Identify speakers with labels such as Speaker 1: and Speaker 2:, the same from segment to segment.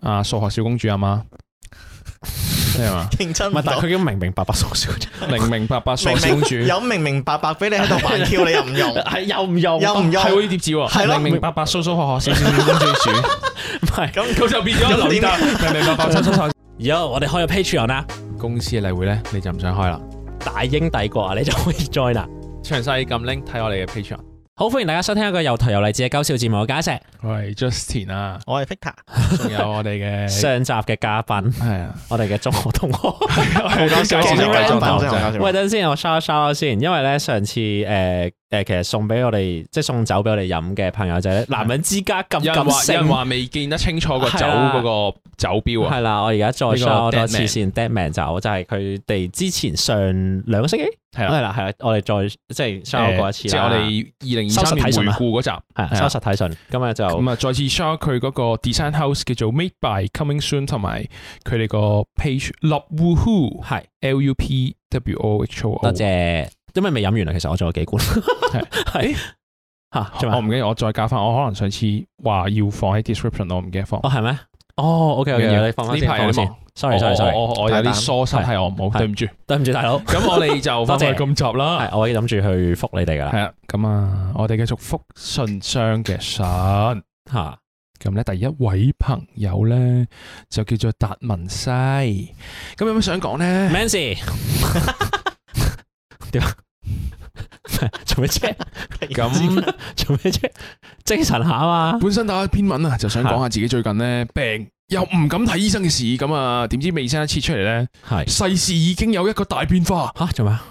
Speaker 1: 啊數學小公主阿 媽，係 嘛？
Speaker 2: 認真
Speaker 3: 唔係，但係
Speaker 2: 佢
Speaker 3: 佢已經明明白白傻笑，
Speaker 1: 明明白白數學小公
Speaker 2: 明
Speaker 1: 主
Speaker 2: 明有明明白白俾你喺度玩 Q，你又唔 用，
Speaker 3: 係又唔用
Speaker 2: 又唔用
Speaker 1: 係喎呢碟字
Speaker 2: 係
Speaker 1: 喎，
Speaker 2: 咯
Speaker 1: 明明白白數數學學小小公主，
Speaker 3: 唔係。
Speaker 2: 咁
Speaker 1: 佢就變咗
Speaker 2: 咁
Speaker 1: 劉
Speaker 2: 點
Speaker 1: 德，明明白白數數學
Speaker 3: 有我哋開咗 Patreon 啦，
Speaker 1: 公司嘅例會咧，你就唔想開啦。
Speaker 3: 大英帝國啊，你就可以 join 啦。
Speaker 1: 詳細撳 link 睇我哋嘅 Patreon。
Speaker 3: 好，歡迎大家收聽一個又頹又勵志嘅搞笑節目《解釋
Speaker 1: 我係 Justin 啊，
Speaker 2: 我係 Victor，
Speaker 1: 仲有我 哋》。嘅
Speaker 3: 上集嘅 嘉賓，
Speaker 1: 係啊，
Speaker 3: 我哋嘅中學同學。
Speaker 1: 好
Speaker 2: 搞笑
Speaker 3: 搞笑搞笑
Speaker 2: 搞笑搞笑
Speaker 3: 喂，等陣先，我 shout out shout out 先，因為咧上次誒誒、呃呃其實送俾我哋即係送酒俾我哋飲嘅朋友仔咧，男人之家咁
Speaker 1: 有人
Speaker 3: 咁
Speaker 1: 話有人
Speaker 3: 性。
Speaker 1: 話未見得清楚個酒
Speaker 3: 係啊
Speaker 1: 嗰個酒標啊
Speaker 3: 係，啦，我而家再
Speaker 1: 呢個
Speaker 3: shout out
Speaker 1: Dead
Speaker 3: 多次
Speaker 1: Man
Speaker 3: 先，Dead Man 酒就係佢哋之前上兩個星期
Speaker 1: 係啦
Speaker 3: 係。啦係啦，我哋再即係 shout out
Speaker 1: 誒
Speaker 3: 過一次
Speaker 1: 即係
Speaker 3: 啦。
Speaker 1: 我哋二零二三
Speaker 3: 收實體
Speaker 1: 年
Speaker 3: 信
Speaker 1: 回
Speaker 3: 啊
Speaker 1: 顧嗰集，
Speaker 3: 係啊收實體信，今日就
Speaker 1: 咁啊再次 show 佢嗰個 design house 叫做 Made by Coming Soon，同埋佢哋個 page Love Woohoo
Speaker 3: 係
Speaker 1: L U P W O H O O。
Speaker 3: 多謝，因為未飲完啊，其實我仲有幾罐。係吓，做
Speaker 1: 我
Speaker 3: 咩？啊
Speaker 1: 唔記得，我再加翻。我可能上次話要放喺 description，我唔記得放。
Speaker 3: 哦係咩？哦，OK OK，
Speaker 1: 咩
Speaker 3: 你放翻
Speaker 1: 呢
Speaker 3: 先，
Speaker 1: 排
Speaker 3: 放
Speaker 1: 有
Speaker 3: 翻
Speaker 1: 啲
Speaker 3: 先哦
Speaker 1: 忙。
Speaker 3: Sorry Sorry
Speaker 1: 我
Speaker 3: Sorry，
Speaker 1: 我我我有
Speaker 2: 太
Speaker 1: 啲
Speaker 2: 淡
Speaker 1: 疏失係我冇，
Speaker 3: 係
Speaker 1: 對唔住。
Speaker 3: 對唔住大佬。
Speaker 1: 咁我哋就翻返去
Speaker 3: 多
Speaker 1: 今集啦。
Speaker 3: 係，我已經諗住去覆你哋噶啦
Speaker 1: 係。啦，咁啊，我哋繼續覆信箱嘅信。
Speaker 3: 吓，
Speaker 1: 咁咧，第一位朋友咧就叫做達文西。咁有咩想講咧？
Speaker 3: Mancy，點啊？ 做咩啫？
Speaker 1: 咁
Speaker 3: 做咩啫？精神下嘛，
Speaker 1: 本身打一篇文啊，就想講下自己最近咧病又唔敢睇醫生嘅事。咁啊，點知未 send 一次出嚟咧，
Speaker 3: 係
Speaker 1: 世事已經有一個大變化。
Speaker 3: 吓做咩啊？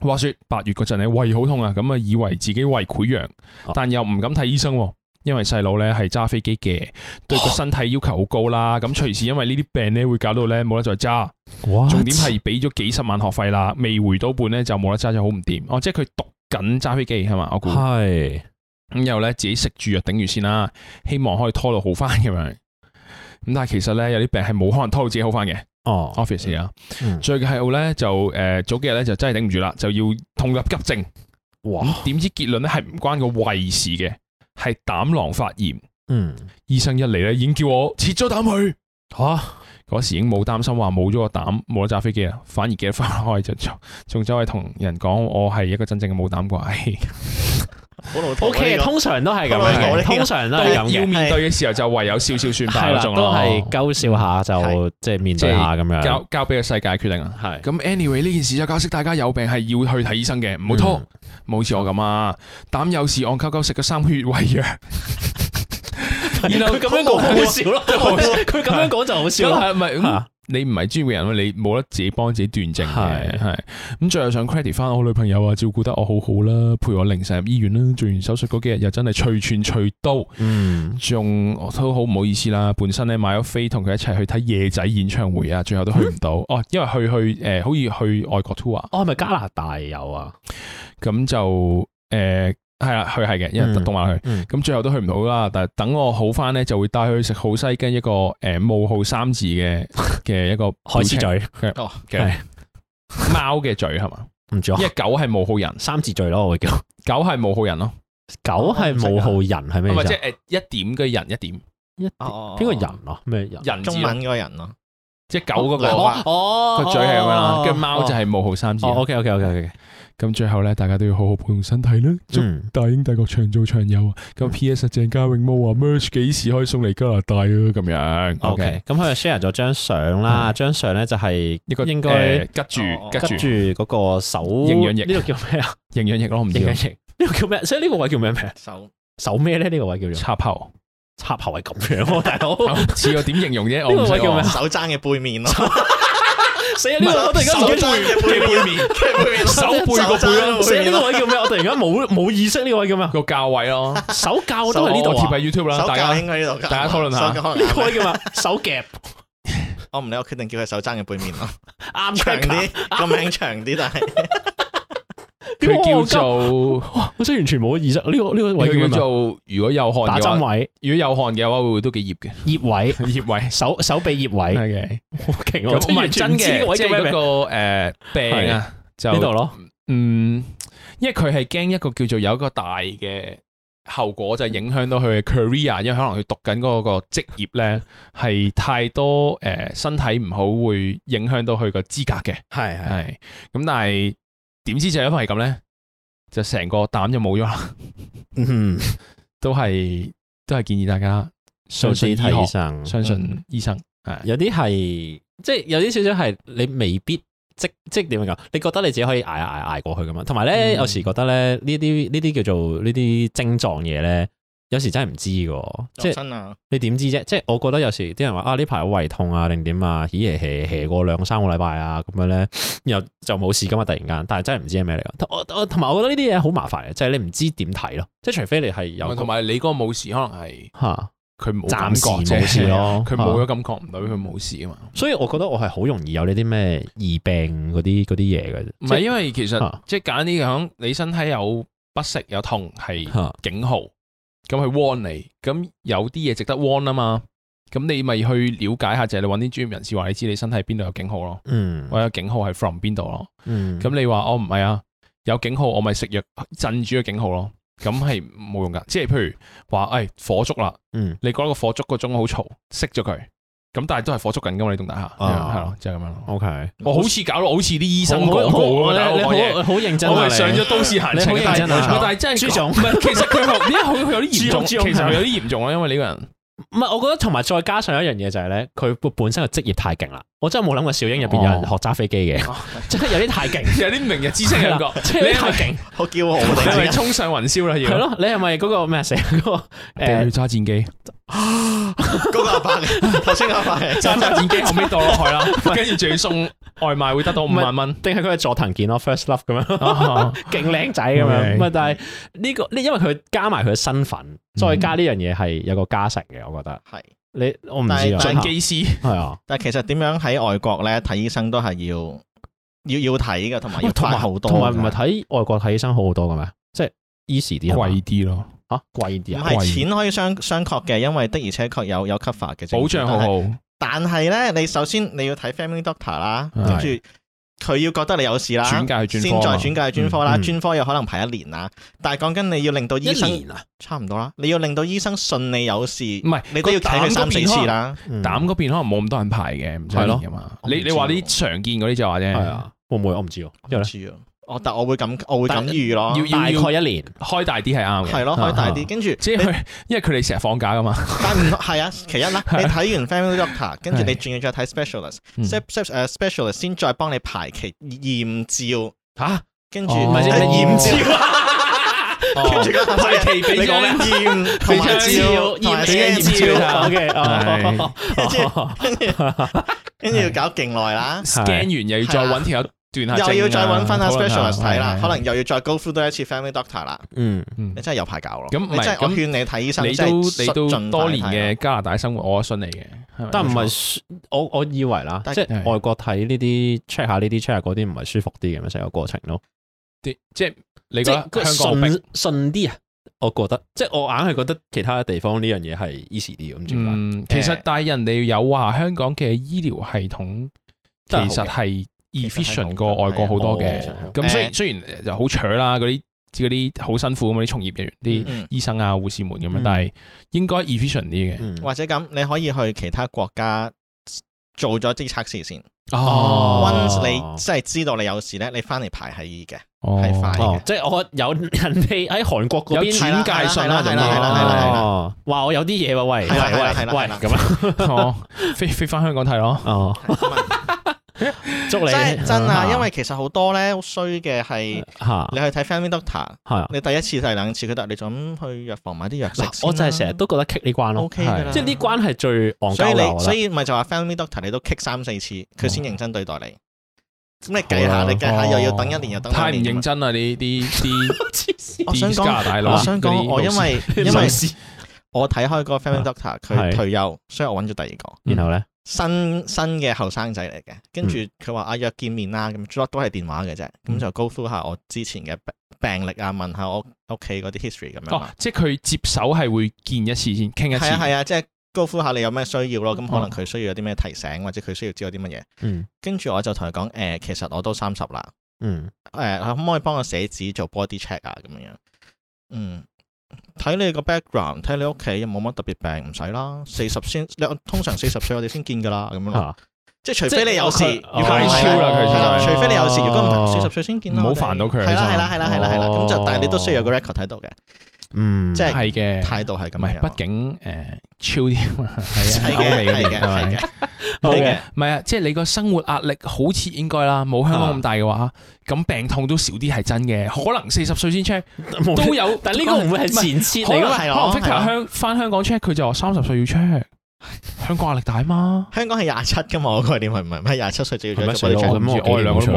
Speaker 1: 話說八月嗰陣咧，胃好痛啊，咁啊以為自己胃潰瘍
Speaker 3: 哦，
Speaker 1: 但又唔敢睇醫生喎。因為細佬咧係揸飛機嘅，對個身體要求好高啦，咁隨時因為呢啲病咧會搞到咧冇得再揸，
Speaker 3: 哇
Speaker 1: 重點係俾咗幾十萬學費啦，未回到本咧就冇得揸就好唔掂。哦，即係佢讀緊揸飛機係嘛？我估
Speaker 3: 係
Speaker 1: 咁又咧自己食住藥頂住先啦，希望可以拖到好翻咁樣。咁但係其實咧有啲病係冇可能拖到自己好翻嘅
Speaker 3: 哦，
Speaker 1: ，office 啊。
Speaker 3: 嗯
Speaker 1: 最係好咧就誒、呃早幾日咧就真係頂唔住啦，就要痛入急症。
Speaker 3: 哇，
Speaker 1: 咁點知結論咧係唔關個胃事嘅，係膽囊發炎。
Speaker 3: 嗯
Speaker 1: 醫生一嚟咧已經叫我切咗膽去，
Speaker 3: 吓，
Speaker 1: 嗰時已經冇擔心話冇咗個膽冇得揸飛機啦，啊反而記得翻開就仲仲走去同人講我係一個真正嘅冇膽怪。
Speaker 2: 好老土啊
Speaker 3: O K，
Speaker 2: 呢個
Speaker 3: 通常都係咁
Speaker 2: 我
Speaker 3: 樣
Speaker 2: 呢
Speaker 3: 嘅，
Speaker 2: 個
Speaker 3: 通常都係咁
Speaker 1: 要
Speaker 3: 嘅，
Speaker 1: 面對嘅時候就唯有笑笑算
Speaker 3: 係
Speaker 1: 罷嗰
Speaker 3: 啦，
Speaker 1: 種
Speaker 3: 都係
Speaker 1: 咯，
Speaker 3: 鳩笑下就哦即係面對下咁樣，
Speaker 1: 哦交交俾個世界決定啊啦。
Speaker 3: 係
Speaker 1: 咁 anyway 呢件事就教識大家有病係要去睇醫生嘅，唔好拖。
Speaker 3: 嗯
Speaker 1: 冇好似我咁啊，膽有事，戇鳩鳩食咗三個月胃藥，然後
Speaker 3: 佢咁樣講好笑咯，
Speaker 1: 好笑
Speaker 3: 佢咁樣講就好
Speaker 1: 咁
Speaker 3: 笑啦。
Speaker 1: 係咪咁
Speaker 3: 嚇
Speaker 1: 你唔係專業嘅人喎，你冇得自己幫自己斷症嘅，
Speaker 3: 係
Speaker 1: 係咁最後想 credit 翻我女朋友啊，照顧得我好好啦，陪我凌晨入醫院啦，做嗯完手術嗰幾日又真係隨傳隨到，
Speaker 3: 嗯，
Speaker 1: 仲我都好唔好意思啦，本身咧買咗飛同佢一齊去睇夜仔演唱會啊，最
Speaker 3: 嗯
Speaker 1: 後都去唔到，哦，因為去去誒、呃好似去外國 tour 啊
Speaker 3: 哦，係咪加拿大有啊？
Speaker 1: 咁就誒係啦，去係嘅，因為特
Speaker 3: 嗯
Speaker 1: 動埋去。
Speaker 3: 嗯，
Speaker 1: 咁最後都去唔到啦，但係等我好翻咧，就會帶佢去食好西跟一個誒冒號三字 嘅嘅一個
Speaker 3: 海獅
Speaker 1: 表
Speaker 3: 嘴。
Speaker 1: 情嘅貓嘅嘴係嘛？
Speaker 3: 唔知啊
Speaker 1: 因為狗係冒號人，
Speaker 3: 三字罪咯，我會叫
Speaker 1: 狗係冒號人咯，
Speaker 3: 狗係冇號人係咩
Speaker 1: 唔係即
Speaker 3: 啫？
Speaker 1: 係誒一點嘅人一點
Speaker 3: 一
Speaker 2: 哦哦哦
Speaker 3: 邊個人啊？咩人？
Speaker 1: 人字
Speaker 2: 中文嗰個人咯，
Speaker 1: 即係狗嗰
Speaker 3: ờ,
Speaker 2: 兩
Speaker 1: 個
Speaker 2: 個
Speaker 3: 哦
Speaker 1: 個嘴係咁樣啦，跟住貓就
Speaker 3: 係
Speaker 1: 係啊冒號三字
Speaker 3: 哦。。OK Ờ, OK OK OK，
Speaker 1: 咁最後咧，大家都要好好保重身體啦。祝
Speaker 3: 嗯，
Speaker 1: 大英帝國長做長有啊！咁 P.S. 鄭嘉穎冇話 merge 幾時可以送嚟加拿大啊？咁樣
Speaker 3: OK，咁佢就 share 咗張相啦，張相咧就係
Speaker 1: 一個
Speaker 3: 應該
Speaker 1: 誒吉
Speaker 2: 哦
Speaker 1: 住
Speaker 2: 吉
Speaker 1: 吉住
Speaker 3: 吉住嗰個手
Speaker 1: 營養液
Speaker 3: 呢度叫咩啊？
Speaker 1: 營養液咯，唔知啊
Speaker 3: 營養液呢度叫咩？所以呢個位叫咩名？
Speaker 2: 手
Speaker 3: 手咩咧？呢個位叫做
Speaker 1: 插喉，
Speaker 3: 插喉係咁樣 喎，大佬
Speaker 1: 似我點形容啫？我唔
Speaker 3: 呢個
Speaker 1: 識
Speaker 3: 位叫咩
Speaker 1: 講。
Speaker 2: 手踭嘅背面咯，
Speaker 3: 死啊！呢個 我突然間唔記
Speaker 2: 手
Speaker 3: 得咗
Speaker 2: 踭嘅背面，嘅背面咯，
Speaker 3: 手背
Speaker 2: 個背咯
Speaker 3: 死啊！呢個位叫咩？我突然間冇冇意識呢個位叫咩？
Speaker 1: 個教位咯，
Speaker 3: 手教都係呢度
Speaker 1: 我貼
Speaker 3: 啊！
Speaker 1: 喺 YouTube 啦，
Speaker 2: 手
Speaker 1: 大
Speaker 2: 教
Speaker 1: 家
Speaker 2: 應該呢度㗎，
Speaker 1: 大家討論下
Speaker 2: 手教可能
Speaker 3: 呢個
Speaker 2: 啱
Speaker 3: 位
Speaker 2: 嘅
Speaker 3: 叫咩？手夾
Speaker 2: 我唔理，我決定叫佢手踭嘅背 面咯，長
Speaker 3: 啱 tracker
Speaker 2: 啲個 名長啲，但係
Speaker 1: 佢
Speaker 3: 屌
Speaker 1: 叫做
Speaker 3: 哇！我真係完全冇意識，呢個呢個位
Speaker 1: 佢
Speaker 3: 叫咩
Speaker 1: 叫
Speaker 3: 名？
Speaker 1: 做如果有汗
Speaker 3: 打
Speaker 1: 嘅
Speaker 3: 針啊
Speaker 1: 話，
Speaker 3: 位、
Speaker 1: 如果有汗嘅話會都幾 熱嘅，
Speaker 3: 葉位、
Speaker 1: 熱位。
Speaker 3: 手手臂葉位，
Speaker 1: 係
Speaker 3: 好勁
Speaker 1: 嘅，
Speaker 3: 喎！我真
Speaker 1: 咁唔
Speaker 3: 係
Speaker 1: 係
Speaker 3: 完全
Speaker 1: 真
Speaker 3: 唔知呢個
Speaker 1: 嘅，
Speaker 3: 位
Speaker 1: 即
Speaker 3: 叫
Speaker 1: 係
Speaker 3: 咩
Speaker 1: 嗰
Speaker 3: 名？
Speaker 1: 個誒病啊，就嗯
Speaker 3: 呢度咯，
Speaker 1: 嗯，因為佢係驚一個叫做有一個大嘅後果就係影響到佢嘅 career，因為可啊能佢讀緊嗰個職業咧係太多誒、呃身體唔好，會影響到佢個資格嘅。
Speaker 3: 係係
Speaker 1: 係咁，但係點知就因為咁咧，就成個膽就冇咗啦。
Speaker 3: 嗯，
Speaker 1: 都係都係建議大家
Speaker 3: 上
Speaker 1: 相
Speaker 3: 次
Speaker 1: 信醫
Speaker 3: 睇醫
Speaker 1: 學，
Speaker 3: 生，
Speaker 1: 相信醫生。嗯係
Speaker 3: 有啲係即係有啲少少係你未必。即即點樣講？你覺得你自己可以捱捱捱過去噶嘛？同埋
Speaker 1: 嗯
Speaker 3: 咧，有時覺得咧呢啲呢啲叫做呢啲症狀嘢咧，有時真係唔知嘅，即係
Speaker 2: 真啊，
Speaker 3: 你點知啫？即係我覺得有時啲人話啊呢排我胃痛啊定點啊，咦誒誒過兩三個禮拜啊咁樣 咧，然後就冇事噶嘛突然間，但係真係唔知係咩嚟㗎。我我同埋我覺得呢啲嘢好麻煩嘅，即係你唔知點睇咯。即係除非你係有
Speaker 1: 同埋你嗰個冇事，可能係
Speaker 3: 嚇，
Speaker 1: 佢冇感
Speaker 3: 暫時
Speaker 1: 覺
Speaker 3: 冇
Speaker 1: 啫
Speaker 3: 事咯
Speaker 1: 佢冇咗感覺唔代表佢冇事啊嘛。
Speaker 3: 所以我覺得我係好容易有呢啲咩疑病嗰啲嗰啲嘢嘅啫。
Speaker 1: 唔
Speaker 3: 即
Speaker 1: 係因為其實
Speaker 3: 啊
Speaker 1: 即係簡單啲講，你身體有不適有痛係
Speaker 3: 嚇
Speaker 1: 警號，咁去 warn 你。咁有啲嘢值得 warn 啊嘛。咁你咪去了解下，就係你揾啲專業人士話你知你身體邊度有警號咯，
Speaker 3: 嗯
Speaker 1: 或者警號係 from 邊度咯。
Speaker 3: 嗯
Speaker 1: 咁你話我唔係啊，有警號我咪食藥鎮住個警號咯。咁係冇用噶，即係譬如話，誒、火燭啦，
Speaker 3: 嗯
Speaker 1: 你覺得個火燭個鐘好嘈，熄咗佢，咁但係都係火燭緊噶嘛，你棟大廈，
Speaker 3: 啊
Speaker 1: 係咯，就係咁樣咯。
Speaker 3: OK，醫
Speaker 1: 我好似搞到好似啲醫生廣告咁啊，大佬
Speaker 3: 你
Speaker 1: 講嘢
Speaker 3: 好好認真
Speaker 1: 我
Speaker 3: 啊
Speaker 1: 咪
Speaker 3: 你
Speaker 1: 上咗都市閒情
Speaker 3: 你，好認
Speaker 1: 但係
Speaker 3: 真啊
Speaker 1: 但係真係
Speaker 3: 朱總
Speaker 1: 唔係，其實佢好，因為佢佢有啲嚴重，
Speaker 3: 朱
Speaker 1: 其
Speaker 3: 總
Speaker 1: 實佢有啲嚴重啊，因為呢個人
Speaker 3: 唔係，我覺得同埋再加上一樣嘢就係咧，佢本身嘅職業太勁啦。我真係冇諗過小英入邊有人學揸飛機嘅，
Speaker 1: 哦
Speaker 3: 真 係有啲 太勁，
Speaker 1: 有啲明日之星嘅感覺，
Speaker 3: 即係有啲太勁，
Speaker 2: 好驕傲
Speaker 1: 你 係咪
Speaker 2: 啊！
Speaker 1: 衝上雲霄啦？
Speaker 3: 係
Speaker 1: 要
Speaker 3: 咯？你係咪嗰個咩死啊嗰個
Speaker 1: 定要
Speaker 3: 誒
Speaker 1: 揸戰機？
Speaker 2: 嗰個阿伯嘅，頭先個阿伯 嘅，
Speaker 1: 揸揸戰機，後尾墮落海啦，跟住仲要送外賣會得到五萬蚊，
Speaker 3: 定係佢係佐藤健咯？First Love 咁樣，
Speaker 1: 啊
Speaker 3: 勁靚仔咁樣。
Speaker 1: OK
Speaker 3: 唔係，但係呢個呢，因為佢加埋佢嘅身份，再
Speaker 1: 嗯
Speaker 3: 加呢樣嘢係有個加成嘅，我覺得。
Speaker 2: 係。
Speaker 3: 你我唔知
Speaker 2: 但
Speaker 3: 啊，
Speaker 1: 準機師
Speaker 3: 係啊，
Speaker 2: 但係其實點樣喺外國咧睇醫生都係要要要睇嘅，同埋要
Speaker 3: 同
Speaker 2: 花
Speaker 3: 埋
Speaker 2: 好多㗎。
Speaker 3: 同埋唔係睇外國睇醫生好好多嘅咩？即係 easy 啲係啊嘛
Speaker 1: 貴啲咯，
Speaker 3: 嚇貴
Speaker 2: 唔
Speaker 3: 啲啊？
Speaker 2: 係錢可以相相確嘅，因為的而且確有有 cover 嘅政府
Speaker 1: 保障好好。
Speaker 2: 但係咧，你首先你要睇 family doctor 啦，跟
Speaker 1: 係
Speaker 2: 住佢要覺得你有事啦，
Speaker 1: 轉介去專
Speaker 2: 先
Speaker 1: 科
Speaker 2: 再
Speaker 1: 啊嘛
Speaker 2: 轉介去專科啦，
Speaker 3: 嗯嗯
Speaker 2: 專科有可能排一年啦。但係講緊你要令到醫生
Speaker 3: 啊，
Speaker 2: 差唔多啦，你要令到醫生信你有事，
Speaker 1: 唔係
Speaker 2: 你都要睇佢三四
Speaker 1: 嗯
Speaker 2: 次啦。
Speaker 3: 嗯
Speaker 1: 膽嗰邊可能冇咁多人排嘅，唔使
Speaker 3: 係咯
Speaker 1: 練噶嘛。
Speaker 2: 我唔知啊
Speaker 1: 你你話啲常見嗰啲就話啫，
Speaker 3: 係啊，會唔會我唔知喎。之後
Speaker 2: 唔
Speaker 3: 咧，
Speaker 2: 知啊，我但我會咁，我會
Speaker 3: 但
Speaker 2: 咁預咯，
Speaker 1: 要
Speaker 3: 大概一年，
Speaker 1: 開大啲係啱嘅，
Speaker 2: 係咯，開大啲，跟住
Speaker 1: 即係佢，因為佢哋成日放假噶嘛。
Speaker 2: 但唔係啊，其一啦，你睇完 family doctor，跟住
Speaker 1: 係
Speaker 2: 你仲要再睇 specialist。
Speaker 1: 嗯
Speaker 2: sep sep 誒 specialist 先再幫你排期驗照，
Speaker 3: 吓，
Speaker 2: 跟住
Speaker 1: 哦
Speaker 3: 唔係先
Speaker 2: 你驗照，
Speaker 1: 哦
Speaker 2: 啊跟住個
Speaker 1: 排期俾
Speaker 2: 你
Speaker 1: 咗
Speaker 2: 講
Speaker 1: 咩？
Speaker 2: 驗同埋照，同埋
Speaker 1: 俾張
Speaker 2: scan
Speaker 1: 照
Speaker 3: 照，OK，哦
Speaker 2: 係跟住跟住要搞勁 耐啦，
Speaker 1: scan 完又要再揾條友斷下
Speaker 2: 又要再揾翻啊 specialist 睇啦，可
Speaker 1: 能
Speaker 2: 能又要再 go through 多一次 family doctor 啦，
Speaker 3: 嗯，
Speaker 2: 你真係有排搞咯。
Speaker 1: 咁唔係
Speaker 2: 你真係我
Speaker 1: 咁
Speaker 2: 勸你睇醫生，
Speaker 1: 你
Speaker 2: 真
Speaker 1: 都
Speaker 2: 係
Speaker 1: 你都
Speaker 2: 盡快
Speaker 1: 多
Speaker 2: 睇啊啦
Speaker 1: 年嘅加拿大生活，我信你嘅。係咪
Speaker 3: 但唔係我我以為啦，
Speaker 2: 但
Speaker 3: 即係外國睇呢啲 check 下呢啲 check 下嗰啲唔係舒服啲嘅咩？成個過程都
Speaker 1: 啲即係你覺
Speaker 3: 即
Speaker 1: 得
Speaker 3: 係
Speaker 1: 香港逼
Speaker 3: 順順啲啊，我覺得即係我硬係覺得其他地方呢樣嘢係 easy 啲咁，唔知點啊解
Speaker 1: 嗯，其實
Speaker 2: 誒
Speaker 1: 但係人哋有話香港嘅醫療系統其
Speaker 3: 真係
Speaker 1: 實係
Speaker 2: 其實
Speaker 3: 好嘅
Speaker 2: 係好
Speaker 1: efficient
Speaker 2: 嘅
Speaker 1: 過外國好多嘅
Speaker 3: 係啊哦。
Speaker 1: 咁雖然
Speaker 2: 誒
Speaker 1: 雖然就好扯啦，嗰啲嗰啲好辛苦咁嗰啲從業人員、啲
Speaker 2: 嗯
Speaker 1: 醫生啊、護士們咁樣
Speaker 3: 嗯，
Speaker 1: 但係應該 efficient 啲嘅。
Speaker 3: 嗯
Speaker 2: 或者咁，你可以去其他國家做咗啲測試先。
Speaker 3: 哦
Speaker 2: once 你真係知道你有事咧，你翻嚟排係易嘅。
Speaker 1: 哦
Speaker 2: 係快
Speaker 3: 哦，即係我 有人哋喺韓國嗰
Speaker 1: 有
Speaker 3: 邊
Speaker 1: 轉介信啦
Speaker 2: 係
Speaker 1: 總之
Speaker 2: 啦係啦係啦係啦，
Speaker 3: 哦話我有啲嘢喎，喂
Speaker 2: 係啦係啦
Speaker 3: 喂
Speaker 2: 係啦
Speaker 3: 喂
Speaker 2: 係啦
Speaker 3: 咁啊樣
Speaker 1: 哦， 飛飛翻香港睇咯。
Speaker 3: 哦，
Speaker 2: 咁啊
Speaker 3: 祝你嗯
Speaker 2: 真係真啊！
Speaker 3: 嚇
Speaker 2: 因為其實好多咧好衰嘅係，
Speaker 3: 嚇
Speaker 2: 你去睇 family doctor，
Speaker 3: 係啊。
Speaker 2: 你第一次、第兩次佢得，你就咁去藥房買啲藥食
Speaker 3: 嗱，我就係成日都覺得棘呢關咯
Speaker 2: OK 㗎啦，
Speaker 3: 即係呢關係最戇
Speaker 2: 所以
Speaker 3: 鳩啦，哦
Speaker 2: 你
Speaker 3: 我
Speaker 2: 所
Speaker 3: 覺
Speaker 2: 以咪就話 family doctor 你都 kick 三四次，佢先認真對待你。咁你計
Speaker 1: 好啦
Speaker 2: 下，你計下又要等一年，又等
Speaker 1: 太唔
Speaker 2: 兩年
Speaker 1: 認。真啦！ 呢啲啲
Speaker 3: 得。
Speaker 2: 我哦想
Speaker 1: 啲加拿大
Speaker 2: 講，
Speaker 1: 佬，
Speaker 2: 我想講，哦我因為 因為
Speaker 1: 事
Speaker 2: 我睇開個
Speaker 1: 啊
Speaker 2: family doctor 佢
Speaker 3: 係
Speaker 2: 退休，所以我揾咗第二個
Speaker 3: 然後咧，
Speaker 2: 新新嘅後生仔嚟嘅。跟住
Speaker 1: 嗯
Speaker 2: 佢話啊約見面啦，咁都都係電話嘅啫。咁就 go through 下我之前嘅病病歷啊，問下我屋企嗰啲 history 咁樣
Speaker 1: 哦
Speaker 2: 啦。，
Speaker 1: 即係佢接手係會見一次先，傾一次。哦
Speaker 2: 係啊係啊，即係 go through 下你有咩需要咯。咁可能佢需要有啲咩提醒，或者佢需要知道啲乜嘢。
Speaker 3: 嗯
Speaker 2: 跟住我就同佢講誒，其實我都三十啦。
Speaker 3: 嗯，
Speaker 2: 誒、可唔可以幫我寫紙做 body check 啊？咁樣樣，嗯，睇你個 background，睇你屋企有冇乜特別病，唔使啦。四十先，你通常四十歲我哋先見㗎啦，咁樣咯。
Speaker 3: 嚇
Speaker 2: 即係除非你有事，
Speaker 3: 即係
Speaker 2: 如果唔係
Speaker 1: 太
Speaker 2: 呢
Speaker 1: chill 啦佢
Speaker 2: 係啦
Speaker 1: 真係
Speaker 2: 除非你有事，如果唔係四十歲先見啦。
Speaker 1: 唔好
Speaker 2: 我哋
Speaker 1: 煩到佢
Speaker 2: 係啦
Speaker 1: 真係
Speaker 2: 係啦係啦係啦係啦，咁就
Speaker 3: 哦
Speaker 2: 但係你都需要有個 record 睇到嘅
Speaker 3: 嗯，
Speaker 2: 即係
Speaker 1: 係嘅，
Speaker 2: 態度係咁
Speaker 1: 唔係，
Speaker 3: 啊
Speaker 2: 樣。
Speaker 1: 啊畢竟誒超 啲嘛，
Speaker 2: 係
Speaker 1: 係啊，歐美
Speaker 2: 嘅係
Speaker 1: 嗰
Speaker 2: 嘅
Speaker 1: 邊係
Speaker 2: 係
Speaker 1: 咪
Speaker 2: 嘅，
Speaker 3: 好
Speaker 2: 係
Speaker 3: 嘅
Speaker 2: 嘅。
Speaker 1: 唔係啊，即係你個生活壓力好似應該啦，冇香
Speaker 3: 啊
Speaker 1: 港咁大嘅話，咁病痛都少啲係真嘅，可能四十歲先 check 都有，
Speaker 3: 但呢個唔會係啊
Speaker 1: 係
Speaker 3: 前設
Speaker 1: 可
Speaker 3: 嚟
Speaker 1: 能
Speaker 3: 噶嘛？
Speaker 1: 可能 f i
Speaker 2: 係咯係咯
Speaker 1: 香翻香港 check 佢就話三十歲要 check，香港壓力大嘛，
Speaker 2: 香港係廿七㗎嘛，我概念係唔係唔係廿七歲就要
Speaker 3: 係咪
Speaker 2: 做
Speaker 3: 死咯？
Speaker 1: 我
Speaker 2: 做
Speaker 1: 唔知
Speaker 3: 咁啊
Speaker 1: 我哋兩個都冇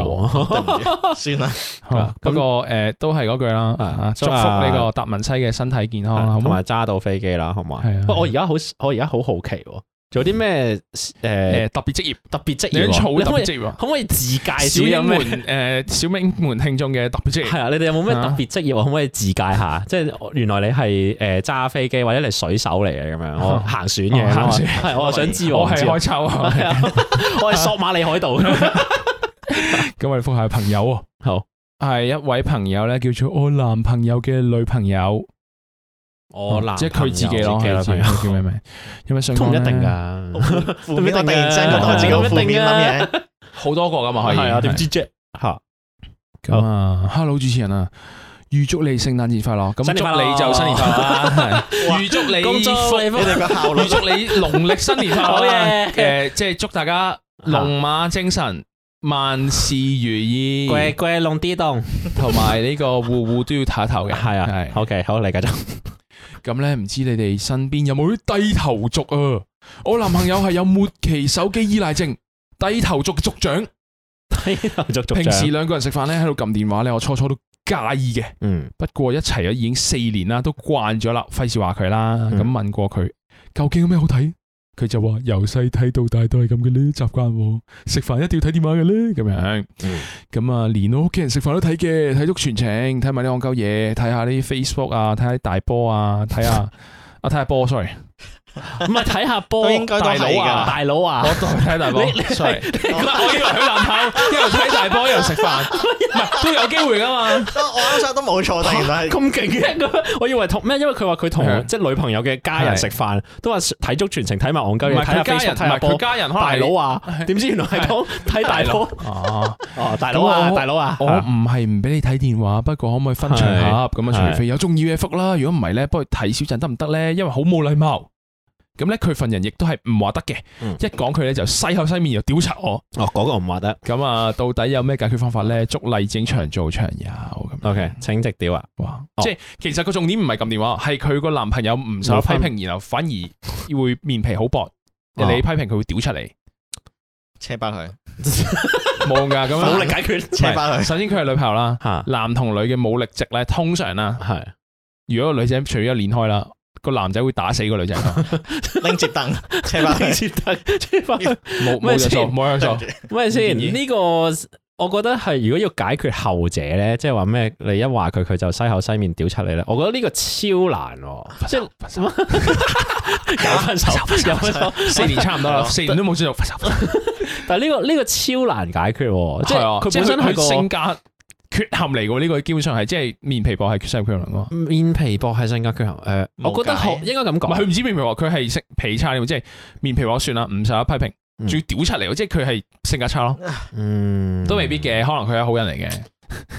Speaker 2: 對
Speaker 3: 冇。
Speaker 2: 唔住，算啦。
Speaker 1: 係嘛
Speaker 3: 咁呃
Speaker 1: 不過誒都係嗰句啦，
Speaker 3: 啊
Speaker 1: 啊祝
Speaker 3: 祝
Speaker 1: 福
Speaker 3: 啊
Speaker 1: 呢個達文西嘅身體健康
Speaker 2: 啊
Speaker 1: 啦，好唔
Speaker 3: 同
Speaker 1: 好？
Speaker 3: 埋揸到飛機啦，好唔好啊
Speaker 1: 係啊？
Speaker 3: 不過我而家好，我而家好好奇喎，仲有啲咩誒
Speaker 1: 誒特別職業，
Speaker 3: 特呃別職
Speaker 1: 你
Speaker 3: 業
Speaker 1: 啲
Speaker 3: 喎？
Speaker 1: 草
Speaker 3: 你可
Speaker 1: 特
Speaker 3: 唔可
Speaker 1: 別
Speaker 3: 以
Speaker 1: 職業 啊。
Speaker 3: 可唔可以自介
Speaker 1: 小
Speaker 3: 紹有
Speaker 1: 英
Speaker 3: 咩？
Speaker 1: 門誒呃小英門聽眾嘅特別職業
Speaker 3: 係啊，你哋有冇咩特
Speaker 1: 啊
Speaker 3: 別職業啊？可唔可以自介下？即係原來你係誒揸飛機或者你水手嚟嘅咁樣，我啊行船嘅，
Speaker 1: 哦行船
Speaker 3: 係我想知喎，
Speaker 1: 我
Speaker 3: 唔
Speaker 1: 係
Speaker 3: 知
Speaker 1: 開
Speaker 3: 喎
Speaker 1: 抽啊！
Speaker 3: 係啊， 我係索馬里海盜。
Speaker 1: 咁我哋覆下朋友喎，
Speaker 3: 好，
Speaker 1: 係一位朋友咧，叫做我男朋友嘅女朋友，
Speaker 3: 我男
Speaker 1: 哦即係佢自己
Speaker 3: 朋友
Speaker 1: 咯，啊
Speaker 3: 自己
Speaker 1: 佢
Speaker 3: 女
Speaker 1: 自
Speaker 3: 朋
Speaker 1: 己
Speaker 3: 友
Speaker 1: 叫咩名？因為想
Speaker 3: 都唔
Speaker 1: 講
Speaker 3: 一定
Speaker 1: 咧，
Speaker 3: 㗎。
Speaker 2: 負面我突然之間覺得我自己好負面諗嘢，
Speaker 1: 好多個噶嘛，可以
Speaker 3: 係啊，點知啫？嚇，
Speaker 1: 咁啊，Hello 主持人啊，預祝你聖誕節快樂，咁祝
Speaker 3: 新年快樂
Speaker 1: 你就新年快 樂啦，係預祝你
Speaker 3: 恭祝你
Speaker 1: 福
Speaker 2: 你哋個效率
Speaker 1: 預祝你農曆新年快樂
Speaker 3: 好啊
Speaker 1: 啦
Speaker 3: 嘢！
Speaker 1: 誒，即係祝大家龍馬精神，萬事如意，
Speaker 3: 貴貴弄啲洞。
Speaker 1: 同埋呢個户户都要睇一頭嘅，
Speaker 3: 係啊
Speaker 1: 係。
Speaker 3: ，OK，好，你繼 續。
Speaker 1: 咁咧，唔知你哋身邊有冇啲低頭族啊？我男朋友係有末期手機依賴症，低頭族嘅族長。
Speaker 3: 繼續續
Speaker 1: 平時兩個人食飯咧，喺度撳電話咧，我初初都介意嘅。
Speaker 3: 嗯
Speaker 1: 不過一齊咗啊已經四年啦，都慣咗啦，費事話佢啦。咁
Speaker 3: 嗯
Speaker 1: 問過佢究竟有咩好睇，佢就話由細睇到大都係咁嘅咧，習慣喎食飯一定要睇電話嘅咧，咁樣。
Speaker 3: 嗯
Speaker 1: 咁啊，連我屋企人食飯都睇嘅，睇足全程，睇埋啲戇鳩嘢，睇下啲 Facebook 啊，睇下啲大波啊，睇下啊睇下波，sorry，
Speaker 3: 唔係睇下波，
Speaker 2: 都應該都
Speaker 3: 大佬
Speaker 2: 係
Speaker 3: 啊，
Speaker 2: 㗎
Speaker 3: 大佬
Speaker 1: 我
Speaker 3: 啊，
Speaker 1: 睇大波
Speaker 3: 你你
Speaker 1: ，sorry，我以為佢男朋友一路睇大波一路食飯，唔係都有機會噶嘛，
Speaker 2: 我啱想都冇錯， 突然係
Speaker 3: 咁勁嘅， 我以為同咩？因為佢話佢同
Speaker 1: 係啊
Speaker 3: 即係女朋友嘅家人食飯，都話睇足全程，睇埋戇鳩
Speaker 1: 唔
Speaker 3: 嘢，
Speaker 1: 係
Speaker 3: 睇下
Speaker 1: 佢家人，唔
Speaker 3: Facebook，睇下
Speaker 1: 係佢
Speaker 3: 波。
Speaker 1: 家人可能係
Speaker 3: 大佬啊，點知原來係講睇大佬
Speaker 1: 哦。
Speaker 3: 哦，大佬啊，
Speaker 1: 咁我
Speaker 3: 大佬啊，
Speaker 1: 哦我唔係唔俾你睇電話，不過可唔可以分場合咁啊？
Speaker 3: 係
Speaker 1: 除非有中意嘅覆啦，如果唔係咧，幫佢睇少陣得唔得咧？因為好冇禮貌。咁咧，佢份人亦都係唔話得嘅，
Speaker 3: 嗯
Speaker 1: 一講佢咧就西口西面又屌柒我。
Speaker 3: 哦嗰個唔話得
Speaker 1: 咁啊，到底有咩解決方法咧？祝勵整長做長有咁。
Speaker 3: ，OK，請直屌啊，
Speaker 1: 哇！
Speaker 3: 哦
Speaker 1: 即係其實個重點唔係撳電話，係佢個男朋友唔受批
Speaker 3: 冇
Speaker 1: 評，然後反而會面皮好薄。
Speaker 3: 哦
Speaker 1: 人哋批評佢會屌出 嚟，
Speaker 2: 車巴佢，
Speaker 1: 冇噶咁
Speaker 3: 武
Speaker 1: 樣
Speaker 3: 力。解決
Speaker 2: 車巴佢。
Speaker 1: 首先佢係女朋友啦，
Speaker 3: 嚇，
Speaker 1: 男同女嘅武力值咧，通常啦。
Speaker 3: 係
Speaker 1: 如果個女仔除咗練開啦，個男仔會打死個女 仔，
Speaker 2: 拎接凳，車翻去。
Speaker 3: 接得，接翻 去。
Speaker 1: 冇
Speaker 3: 咩
Speaker 1: 冇着數，
Speaker 3: 先
Speaker 1: 冇着數。
Speaker 3: 喂先，
Speaker 1: 建議
Speaker 3: 呢、個我覺得係如果要解決後者咧，即係話咩？你一話佢，佢就西口西面屌出你咧。我覺得呢個超難、喎，即係 有分手，有分手。
Speaker 1: 四年差唔多啦，
Speaker 2: 係 咯
Speaker 1: 四年都冇追到，
Speaker 3: 但係呢、個呢、個超難解決、喎，即係
Speaker 1: 係啊
Speaker 3: 佢本身
Speaker 1: 即係
Speaker 3: 係
Speaker 1: 佢性
Speaker 3: 個
Speaker 1: 格缺陷嚟嘅，呢個基本上係即係面皮薄係性格缺陷嚟嘅。
Speaker 3: 面皮薄係性格缺陷。誒、我覺得好
Speaker 2: 冇計
Speaker 3: 應該咁
Speaker 1: 唔係佢
Speaker 3: 講。
Speaker 1: 唔知面皮薄，佢係識皮差即係面皮薄算啦，唔受得批評，
Speaker 3: 嗯
Speaker 1: 仲要屌出嚟喎，即係佢係性格差咯，
Speaker 3: 嗯，
Speaker 1: 都未必。嘅，可能佢係好人嚟嘅。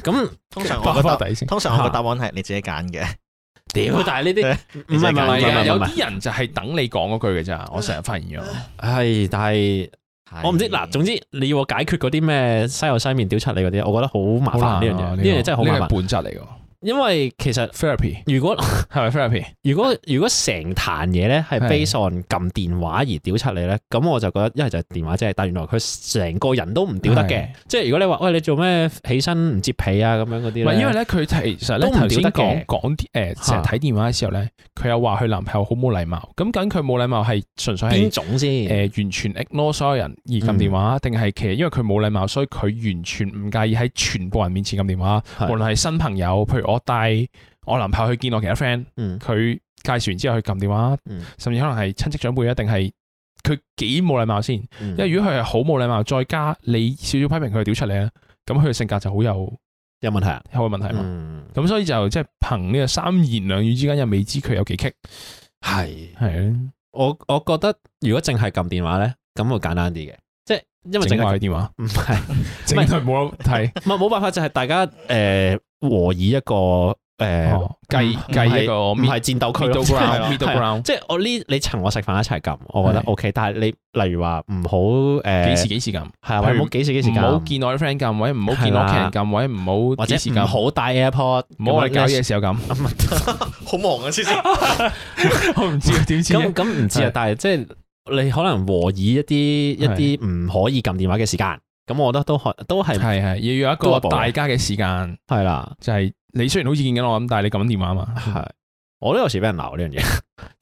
Speaker 3: 咁
Speaker 2: 通常
Speaker 1: 包
Speaker 2: 我
Speaker 1: 翻
Speaker 2: 覺得，
Speaker 1: 底先。
Speaker 2: 通常我個答案係你自己揀嘅。
Speaker 3: 屌，但係呢 啲唔
Speaker 2: 你
Speaker 1: 唔
Speaker 2: 真係
Speaker 3: 係唔係唔
Speaker 1: 係啊，
Speaker 3: 係
Speaker 1: 有
Speaker 3: 唔係，
Speaker 1: 啲人就係等你講嗰句嘅咋，我成日發現咗。
Speaker 3: 係但係。嗯我唔知嗱，總之你要我解決嗰啲咩西口西面屌出你嗰啲，我覺得好麻
Speaker 1: 好
Speaker 3: 煩呢
Speaker 1: 難
Speaker 3: 樣
Speaker 1: 啊呢
Speaker 3: 嘢，呢
Speaker 1: 個
Speaker 3: 樣嘢真係好麻
Speaker 1: 呢
Speaker 3: 煩
Speaker 1: 個。係本質嚟嘅
Speaker 3: 因為其實
Speaker 1: ，therapy
Speaker 3: 如果
Speaker 1: 係咪 therapy？
Speaker 3: 如果如果成壇嘢咧係
Speaker 1: 係
Speaker 3: base on 撳電話而屌出你咧，咁我就覺得一係就係電話啫，但原來佢成個人都唔屌得嘅
Speaker 1: 係。
Speaker 3: 即係如果你話喂你做咩起身唔接被啊咁樣
Speaker 1: 唔
Speaker 3: 嗰啲
Speaker 1: 係，
Speaker 3: 咧，
Speaker 1: 因為咧佢其實咧
Speaker 3: 都唔
Speaker 1: 頭先
Speaker 3: 屌得
Speaker 1: 講
Speaker 3: 嘅
Speaker 1: 講啲誒，成日睇電話嘅時候咧，佢又話佢男朋友好冇禮貌。咁究竟佢冇禮貌係純粹
Speaker 3: 邊
Speaker 1: 係
Speaker 3: 種先？
Speaker 1: 誒呃完全 ignore 所有人而撳電
Speaker 3: 嗯
Speaker 1: 話，定係其實因為佢冇禮貌，所以佢完全唔介意喺全部人面前撳電話。
Speaker 3: 係
Speaker 1: 無論係新朋友，譬如我帶我男朋友去見我其他 friend，
Speaker 3: 嗯
Speaker 1: 佢介紹完之後去撳電話
Speaker 3: 嗯，
Speaker 1: 甚至可能係親戚長輩一啊定係佢幾冇禮貌先。因為
Speaker 3: 嗯
Speaker 1: 啊如果佢係好冇禮貌，再加你少少批評佢屌出嚟咧，咁佢嘅性格就好有
Speaker 3: 有問題啊？
Speaker 1: 有個問題嘛。
Speaker 3: 嗯，
Speaker 1: 咁所以就即係憑呢個三言兩語之間，又未知佢有幾棘，
Speaker 3: 係。
Speaker 1: 係啊，
Speaker 3: 嗯我我覺得如果淨係撳電話咧，咁會簡單啲嘅，即係因為淨
Speaker 1: 整
Speaker 3: 係
Speaker 1: 壞電話，
Speaker 3: 唔係
Speaker 1: 整係冇得 睇，
Speaker 3: 唔係冇辦法，就係大家誒和以一個誒
Speaker 1: 哦計
Speaker 3: 唔
Speaker 1: 計一
Speaker 3: 係
Speaker 1: 個
Speaker 3: 唔
Speaker 1: mid-
Speaker 3: 係戰鬥區
Speaker 1: middle
Speaker 3: 咯，即係
Speaker 1: ground，middle
Speaker 3: 係啊
Speaker 1: ground
Speaker 3: 即係我呢你層我食飯一齊撳，我覺得
Speaker 1: 係
Speaker 3: OK。但係你例如話唔好
Speaker 1: 幾時
Speaker 3: 誒，
Speaker 1: 幾時咁，
Speaker 3: 係啊，或者唔好幾時幾時
Speaker 1: 唔好
Speaker 3: 撳，
Speaker 1: 見我啲 friend 咁，或者唔好見我屋企人咁，或者唔
Speaker 3: 或
Speaker 1: 好幾時
Speaker 3: 者唔
Speaker 1: 咁，
Speaker 3: 好帶 AirPod，
Speaker 1: 唔好我哋搞嘢嘅時候咁，
Speaker 2: 好忙啊，黐線。
Speaker 1: 我唔知點知
Speaker 3: 咁咁唔知
Speaker 1: 係
Speaker 3: 啊，但係即係你可能和以一啲一啲唔可以撳電話嘅時間，咁我覺得都可都係
Speaker 1: 係係要有一啊
Speaker 3: 都
Speaker 1: 個
Speaker 3: 一步
Speaker 1: 大家嘅時間，
Speaker 3: 係啦，
Speaker 1: 就係你雖然好似見緊我咁，但係你撳緊電話 嘛，
Speaker 3: 係。我都有時俾人鬧呢樣 嘢，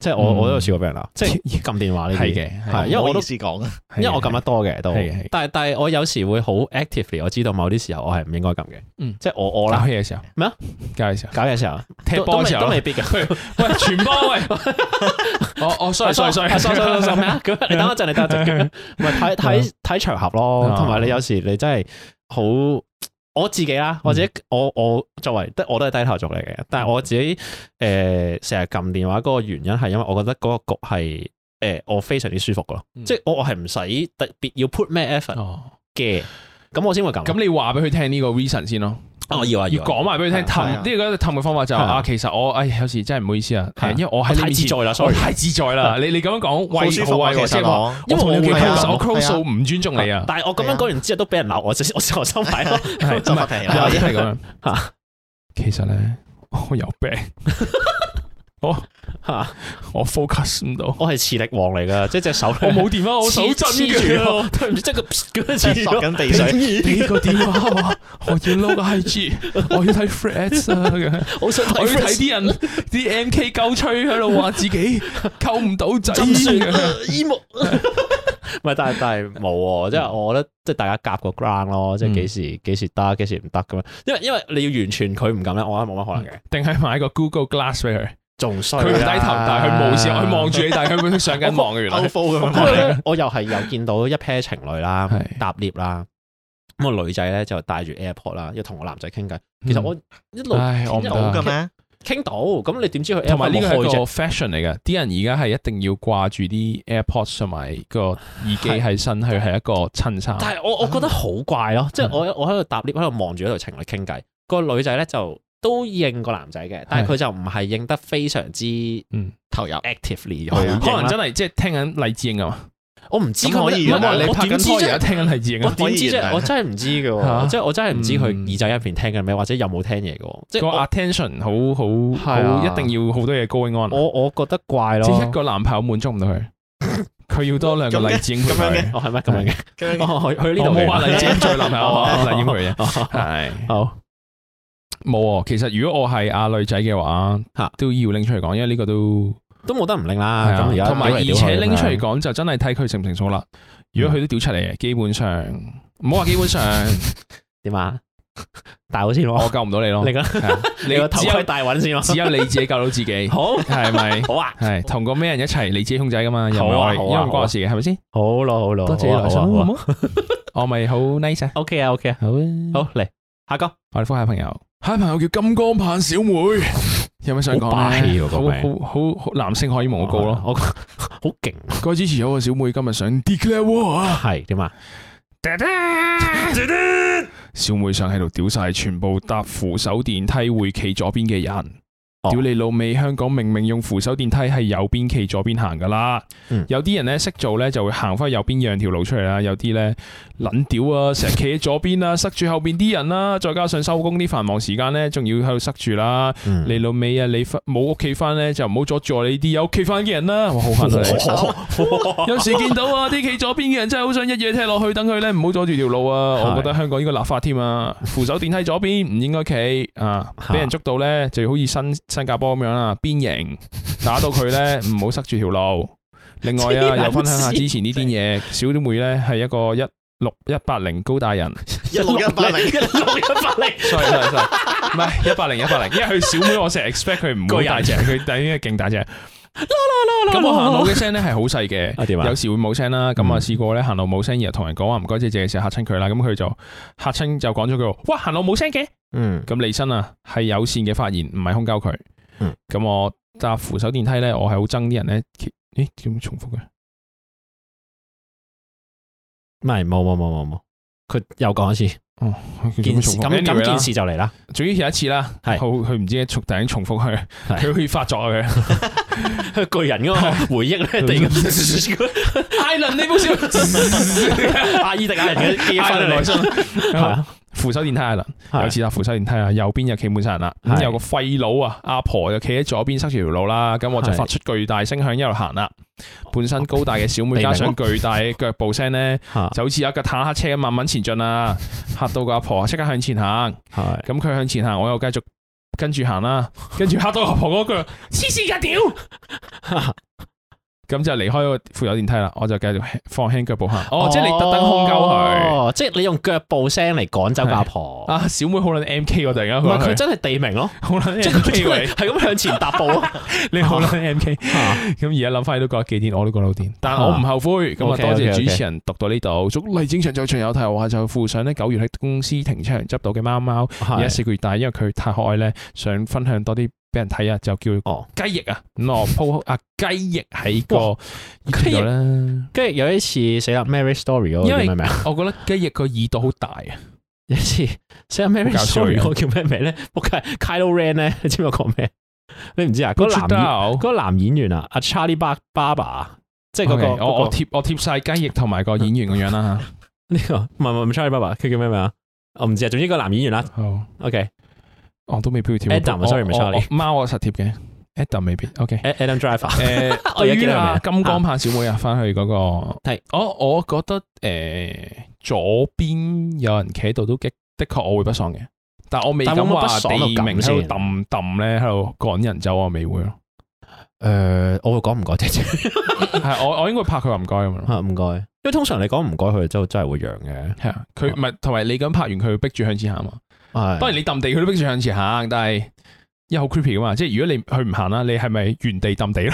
Speaker 3: 即係我
Speaker 1: 嗯
Speaker 3: 我都有試過俾人鬧，即係撳電話呢
Speaker 1: 係
Speaker 3: 啲。
Speaker 1: 嘅，
Speaker 3: 係
Speaker 1: 係
Speaker 3: 因為我都
Speaker 2: 唔好意思講啊，
Speaker 1: 係
Speaker 3: 因為我
Speaker 1: 嘅
Speaker 3: 撳得多嘅都
Speaker 1: 係嘅係嘅，
Speaker 3: 但係但係我有時會好 actively，我知道某啲時候我係唔應該撳嘅，
Speaker 1: 嗯
Speaker 3: 即係我我
Speaker 1: 搞
Speaker 3: 啦，
Speaker 1: 嘢嘅時候
Speaker 3: 咩啊？
Speaker 1: 搞嘢嘅時候，
Speaker 3: 搞嘢時候，
Speaker 1: 踢
Speaker 3: 都
Speaker 1: 波嘅時
Speaker 3: 都
Speaker 1: 候啦
Speaker 3: 未都未必嘅。
Speaker 1: 喂 喂，傳波喂！ 我我哦 sorry sorry sorry
Speaker 3: 啊，sorry sorry sorry 咩啊？咁你等我陣，你等我陣，唔係睇睇睇場合咯，
Speaker 1: 啊
Speaker 3: 同埋你有時你真係好。我自己啦，或者我我作為得我都係低頭族嚟嘅，但係我自己誒成日撳電話嗰個原因係因為我覺得嗰個局係誒我非常之舒服噶咯，
Speaker 1: 嗯
Speaker 3: 即係我我係唔使特別要 put 咩 effort
Speaker 1: 哦，
Speaker 3: 嘅，咁我先會撳。
Speaker 1: 咁你話俾佢聽呢個 reason 先咯，
Speaker 3: 啊我要啊，
Speaker 1: 要講埋俾佢聽
Speaker 3: 係啊
Speaker 1: 氹
Speaker 2: 係啊
Speaker 1: 呢個氹嘅方法就係
Speaker 3: 係啊
Speaker 1: 啊，其實我唉有時真係唔好意思啊，
Speaker 3: 係啊
Speaker 1: 誒因為我喺你
Speaker 3: 太
Speaker 1: 面
Speaker 3: 自
Speaker 1: 前
Speaker 3: 在啦
Speaker 1: 我
Speaker 3: ，sorry。啊
Speaker 1: 太自在啦，你你咁樣講，
Speaker 2: 好舒
Speaker 1: 喂
Speaker 2: 服
Speaker 1: 好
Speaker 2: 啊，
Speaker 1: 威
Speaker 2: 其
Speaker 1: 喎，即係
Speaker 2: 實
Speaker 1: 話
Speaker 2: 我
Speaker 1: 我同你嘅
Speaker 3: 因為我會
Speaker 1: 扣
Speaker 3: 係啊
Speaker 1: 手 close 數
Speaker 2: 係
Speaker 1: 唔尊重你啊，
Speaker 3: 但係我咁樣講完之後都俾人鬧，我就我就收埋咯。
Speaker 1: 係
Speaker 2: 就
Speaker 3: 啊
Speaker 2: 發脾氣
Speaker 1: 又
Speaker 2: 啦
Speaker 1: 或者係咁樣
Speaker 3: 嚇。
Speaker 1: 其實咧，我有 病，
Speaker 3: 嚇
Speaker 1: 我 focus 唔到，
Speaker 3: 我係磁力王嚟㗎，即係隻手
Speaker 1: 我冇電話，我手震
Speaker 3: 黐住
Speaker 1: 嘅。
Speaker 3: 咯，對唔住， 即係個咁樣
Speaker 2: 即係
Speaker 3: 黐
Speaker 2: 索
Speaker 3: 咗。
Speaker 2: 緊鼻水，
Speaker 1: 俾個電話我，我要 load 個 IG，我要睇 Threads 啊咁樣。
Speaker 3: 我想
Speaker 1: 我要
Speaker 3: 睇
Speaker 1: 睇啲人啲 MK 鳩吹喺度話自己溝唔到仔，咁
Speaker 3: 衣服。唔係，但係但係冇喎，即係我覺得即係大家夾個 ground 咯，即係幾時幾時得，幾時唔得咁樣。因為因為你要完全佢唔撳咧，我覺得冇乜可能嘅，
Speaker 1: 定係買個 Google Glass 俾佢，
Speaker 3: 仲衰啊啦。
Speaker 1: 佢唔低頭，但係佢冇事，佢望住你，但係佢上緊網嘅原
Speaker 2: 歐
Speaker 1: 來。
Speaker 2: 風咁
Speaker 3: 不過
Speaker 2: 樣。
Speaker 3: 咧，我又係有見到一 pair 情侶啦
Speaker 1: 係，
Speaker 3: 搭 lift 啦，咁個女仔咧就帶住 AirPod 啦，要同個男仔傾偈。其實嗯我啊一路
Speaker 1: 唉，我唔
Speaker 2: 好
Speaker 1: 得。
Speaker 2: 嘅咩？
Speaker 3: 傾到，咁你點知佢
Speaker 1: 同埋呢個
Speaker 3: AirPod
Speaker 1: 係
Speaker 3: 冇
Speaker 1: 一
Speaker 3: 開
Speaker 1: 個
Speaker 3: 啫？
Speaker 1: fashion 嚟嘅，啲人而家係一定要掛住啲 AirPods 同埋個耳機喺身，去係一個襯衫。
Speaker 3: 但係我我覺得好怪
Speaker 1: 嗯
Speaker 3: 咯，即係我我喺度搭 lift 喺度望住嗰度情侶傾偈，個女仔咧就都應個男仔嘅，但係佢就唔係應得非常之
Speaker 1: 嗯
Speaker 3: actively
Speaker 2: 投入
Speaker 1: 可
Speaker 3: 去應啦，
Speaker 1: 能真係即係聽緊黎智英啊嘛，
Speaker 3: 我唔知
Speaker 2: 咁
Speaker 3: 佢
Speaker 2: 可以
Speaker 1: 因
Speaker 2: 㗎
Speaker 1: 為
Speaker 2: 嘛
Speaker 3: 我
Speaker 1: 你
Speaker 3: 我
Speaker 1: 拍
Speaker 3: 點知
Speaker 1: 緊拖而家
Speaker 3: 啫？
Speaker 1: 聽緊黎智英
Speaker 3: 我
Speaker 1: 啊。
Speaker 3: 點
Speaker 2: 可
Speaker 3: 知
Speaker 2: 以原
Speaker 3: 啫？
Speaker 2: 諒
Speaker 3: 我真係唔知嘅
Speaker 1: 嚇
Speaker 3: 喎，即係我真係唔知佢
Speaker 1: 嗯
Speaker 3: 耳仔入邊聽緊咩，或者有冇聽嘢嘅喎，即係
Speaker 1: 個
Speaker 3: 我
Speaker 1: attention 好好
Speaker 3: 係啊
Speaker 1: 好，一定要好多嘢 going on。啊
Speaker 3: 我我覺得怪
Speaker 1: 即
Speaker 3: 咯，
Speaker 1: 係一個男朋友滿足唔到 佢，佢要多兩個黎智英陪
Speaker 2: 咁樣
Speaker 1: 佢
Speaker 2: 嘅。
Speaker 3: 哦係咩咁樣嘅？
Speaker 2: 咁樣
Speaker 3: 哦去去呢
Speaker 1: 我
Speaker 3: 度
Speaker 1: 冇話黎智英做男朋友， 我話黎智英陪嘅。
Speaker 3: 嘅，
Speaker 1: 係
Speaker 3: 好
Speaker 1: 冇喎，其實如果我係阿女仔嘅話
Speaker 3: 嚇，
Speaker 1: 都要拎出嚟講，因為呢個都
Speaker 3: 都冇得唔拎
Speaker 1: 係
Speaker 3: 啦。咁而
Speaker 1: 啊，
Speaker 3: 家
Speaker 1: 同埋
Speaker 3: 屌
Speaker 1: 而
Speaker 3: 嚟屌
Speaker 1: 且
Speaker 3: 去
Speaker 1: 拎出嚟
Speaker 3: 咁樣
Speaker 1: 講就真係睇佢成唔成熟啦。如果佢都屌出嚟嘅，基本上唔好話基本上，
Speaker 3: 點啊？ 大好先
Speaker 1: 我
Speaker 3: 咯，
Speaker 1: 救唔到你咯
Speaker 3: 你。個
Speaker 1: 係啊
Speaker 3: 你 個
Speaker 1: 你
Speaker 3: 頭
Speaker 1: 只
Speaker 3: 盔
Speaker 1: 有
Speaker 3: 大穩先咯。
Speaker 1: 只有你自己救到自 己，
Speaker 3: 好
Speaker 1: 係咪？
Speaker 3: 好啊，
Speaker 1: 係同個咩人一齊，你自己控制噶嘛？又唔係
Speaker 3: 好
Speaker 1: 我
Speaker 3: 啊
Speaker 1: 哋
Speaker 3: 好啊
Speaker 1: 因為唔
Speaker 3: 好
Speaker 1: 關
Speaker 3: 啊
Speaker 1: 我事嘅，係咪先？
Speaker 3: 好咯好咯，
Speaker 1: 多謝你
Speaker 3: 好啊
Speaker 1: 來信
Speaker 3: 好
Speaker 1: 啦
Speaker 3: 啊好啊
Speaker 1: 好唔好？我咪好 nice 啊！
Speaker 3: ，OK 啊 OK 啊，
Speaker 1: 好啊，
Speaker 3: 好嚟下個
Speaker 1: 我哋覆下朋友，下一朋友叫金剛棒小妹，有咩想講
Speaker 3: 好霸氣
Speaker 1: 咧？
Speaker 3: 喎
Speaker 1: 好
Speaker 3: 個名哦
Speaker 1: 好好好男性荷爾蒙好高咯。
Speaker 3: 我好勁啊
Speaker 1: 各位支持有啊個小妹今日想 declare war 啊！
Speaker 3: 係點啊？
Speaker 1: 小妹想喺度屌晒全部搭扶手電梯會企左邊嘅人。
Speaker 3: 哦
Speaker 1: 屌你老味！香港明明用扶手電梯係右邊企左邊行噶啦，
Speaker 3: 嗯
Speaker 1: 有啲人呢識做呢就會行翻右邊讓條路出嚟啦，有啲呢撚屌啊，成日企喺左邊啦，塞住後邊啲人啦，再加上收工啲繁忙時間呢，仲要喺度塞住啦，
Speaker 3: 嗯
Speaker 1: 你老味啊！你返冇屋企翻咧，就唔好阻住我哋呢啲有屋企翻嘅人啦。我好 恨啊你！ 有時見到啊，啲企左邊嘅人真係好想一嘢踢落去，等佢咧唔好阻住條路啊！
Speaker 3: 係
Speaker 1: 我覺得香港應該立法添啊，扶手電梯左邊唔應該企啊，俾人捉到咧就好似新新加坡咁樣啦，鞭刑打到 佢咧唔好塞住條路。另外
Speaker 3: 黐
Speaker 1: 啊，
Speaker 3: 撚
Speaker 1: 又分享下
Speaker 3: 線
Speaker 1: 之前呢啲嘢，小妹咧係一個一六一八零高大人。
Speaker 2: 一六一八零
Speaker 3: 一六一八零，
Speaker 1: sorry sorry sorry，唔係一百零一百零，因為佢小妹我成日 expect 佢唔會好大隻，佢等於勁大隻。咁我行路嘅聲咧係好細嘅，
Speaker 3: 啊點啊
Speaker 1: 有？時會冇聲啦。咁啊
Speaker 3: 嗯
Speaker 1: 試過咧行路冇聲，然後同人講話唔該姐姐嘅時候嚇親佢啦。咁佢就嚇親就講咗句：哇行路冇聲嘅，
Speaker 3: 嗯
Speaker 1: 咁利申啊係有線嘅發言，唔係空交佢。咁、
Speaker 3: 嗯
Speaker 1: 我搭扶手電梯咧，我係好憎啲人咧。其咦？點重複嘅？
Speaker 3: 唔係冇冇冇冇冇，佢又講一次
Speaker 1: 點
Speaker 3: 件
Speaker 1: 重
Speaker 3: 事，
Speaker 1: 複
Speaker 3: 咁咁
Speaker 1: Anyway 啦
Speaker 3: 件事就嚟啦，
Speaker 1: 總之有一次啦，
Speaker 3: 係
Speaker 1: 佢佢唔知重突然重複佢，
Speaker 3: 係
Speaker 1: 佢好似發作啊佢。
Speaker 3: 巨人嗰個回憶咧， 突然 間
Speaker 1: 艾倫，你冇笑。
Speaker 3: 阿伊迪亞人嘅記憶翻
Speaker 1: 艾倫來
Speaker 3: 嚟， 係啊，
Speaker 1: 扶手電梯艾倫，
Speaker 3: 係
Speaker 1: 有次搭扶手電梯啊，右邊就企滿晒人啦。咁
Speaker 3: 係
Speaker 1: 有個廢佬啊，阿婆就企喺左邊塞住條路啦。咁我就
Speaker 3: 係
Speaker 1: 發出巨大聲響一路行啦。本身高大嘅小妹
Speaker 3: 地名
Speaker 1: 加上巨大嘅腳步聲咧，
Speaker 3: 嚇
Speaker 1: 就好似有一架坦克車咁慢慢前進啦，嚇到個阿婆即刻向前行。
Speaker 3: 係
Speaker 1: 咁佢向前行，我又繼續跟住行啦，跟住嚇到阿婆嗰句黐線㗎屌！咁就離開個扶手電梯啦，我就繼續放輕腳步行。哦，即係你特登空鳩佢
Speaker 3: 哦，即係你用腳步聲嚟趕走個阿婆，
Speaker 1: 啊！小妹好撚 M K 喎，突然
Speaker 3: 唔
Speaker 1: 間
Speaker 3: 係佢
Speaker 1: 佢
Speaker 3: 真係地名咯，
Speaker 1: 好 撚
Speaker 3: 即
Speaker 1: M
Speaker 3: 係
Speaker 1: K
Speaker 3: 佢
Speaker 1: 喎，
Speaker 3: 係咁向前踏步 咯，
Speaker 1: 你好撚 M K。
Speaker 3: 嚇
Speaker 1: 咁而家諗翻都覺得幾癲，我都覺得好癲，但我唔後悔。咁啊，
Speaker 3: OK，
Speaker 1: 多謝
Speaker 3: OK，OK
Speaker 1: 主持人讀到呢度。祝勵精長就長有題話就附上呢九月喺公司停車場執到嘅貓貓，而家
Speaker 3: 係
Speaker 1: 四個月大，因為佢太可愛咧，想分享多啲俾人睇啊，就叫
Speaker 3: 哦。
Speaker 1: 雞翼啊，咁我 po 啊雞翼喺個
Speaker 3: 雞翼
Speaker 1: YouTube 度啦。
Speaker 3: 跟住有一次死啦 Mary Story 嗰個
Speaker 1: 因
Speaker 3: 叫
Speaker 1: 為
Speaker 3: 咩名啊？
Speaker 1: 我覺得雞翼個耳朵好大啊，
Speaker 3: 有一次死啦 Mary
Speaker 1: 好搞笑
Speaker 3: Story
Speaker 1: 嘅
Speaker 3: 嗰個叫咩名咧？仆街 Kylo Ren 咧，你知唔知我講咩？你唔知啊？嗰個男演嗰個男演員啊，阿 Charlie Bar Barber，即係嗰
Speaker 1: OK，
Speaker 3: 個
Speaker 1: 我
Speaker 3: 嗰
Speaker 1: 我
Speaker 3: 個
Speaker 1: 貼我貼晒雞翼同埋個演員個樣啦。
Speaker 3: 呢個唔係唔係唔係 Charlie Barber，佢叫咩名啊？我唔知啊，總之個男演員啦。
Speaker 1: 好，
Speaker 3: OK，Adam
Speaker 1: 我哦都未必會貼。
Speaker 3: Adam，
Speaker 1: 我
Speaker 3: sorry，唔係
Speaker 1: 我
Speaker 3: Charlie
Speaker 1: 我哦貓啊我實貼嘅，Adam 未必。OK，
Speaker 3: Driver
Speaker 1: 誒，
Speaker 3: 我
Speaker 1: 對
Speaker 3: 而家記
Speaker 1: 於
Speaker 3: 得係
Speaker 1: 啊
Speaker 3: 咪
Speaker 1: 金剛棒小妹啊，翻去嗰個
Speaker 3: 係
Speaker 1: 我我覺得誒左邊有人企喺度都的的確我會不爽嘅，但我未
Speaker 3: 但
Speaker 1: 敢
Speaker 3: 會唔會不
Speaker 1: 話
Speaker 3: 爽到
Speaker 1: 地名喺
Speaker 3: 咁
Speaker 1: 度揼揼咧，喺度趕人走我未會咯。
Speaker 3: 誒，呃我會講唔該姐姐
Speaker 1: 系我我應該拍佢話唔該咁樣咯，
Speaker 3: 啊，唔該。因為通常你講唔該，佢就真係會讓嘅。
Speaker 1: 係啊，佢唔係同埋你咁拍完佢逼住向前行嘛，
Speaker 3: 係
Speaker 1: 當然你揼地佢都逼住向前行，但係因為好 creepy 噶嘛，即係如果你佢唔行啦，你係咪原地揼地 咯？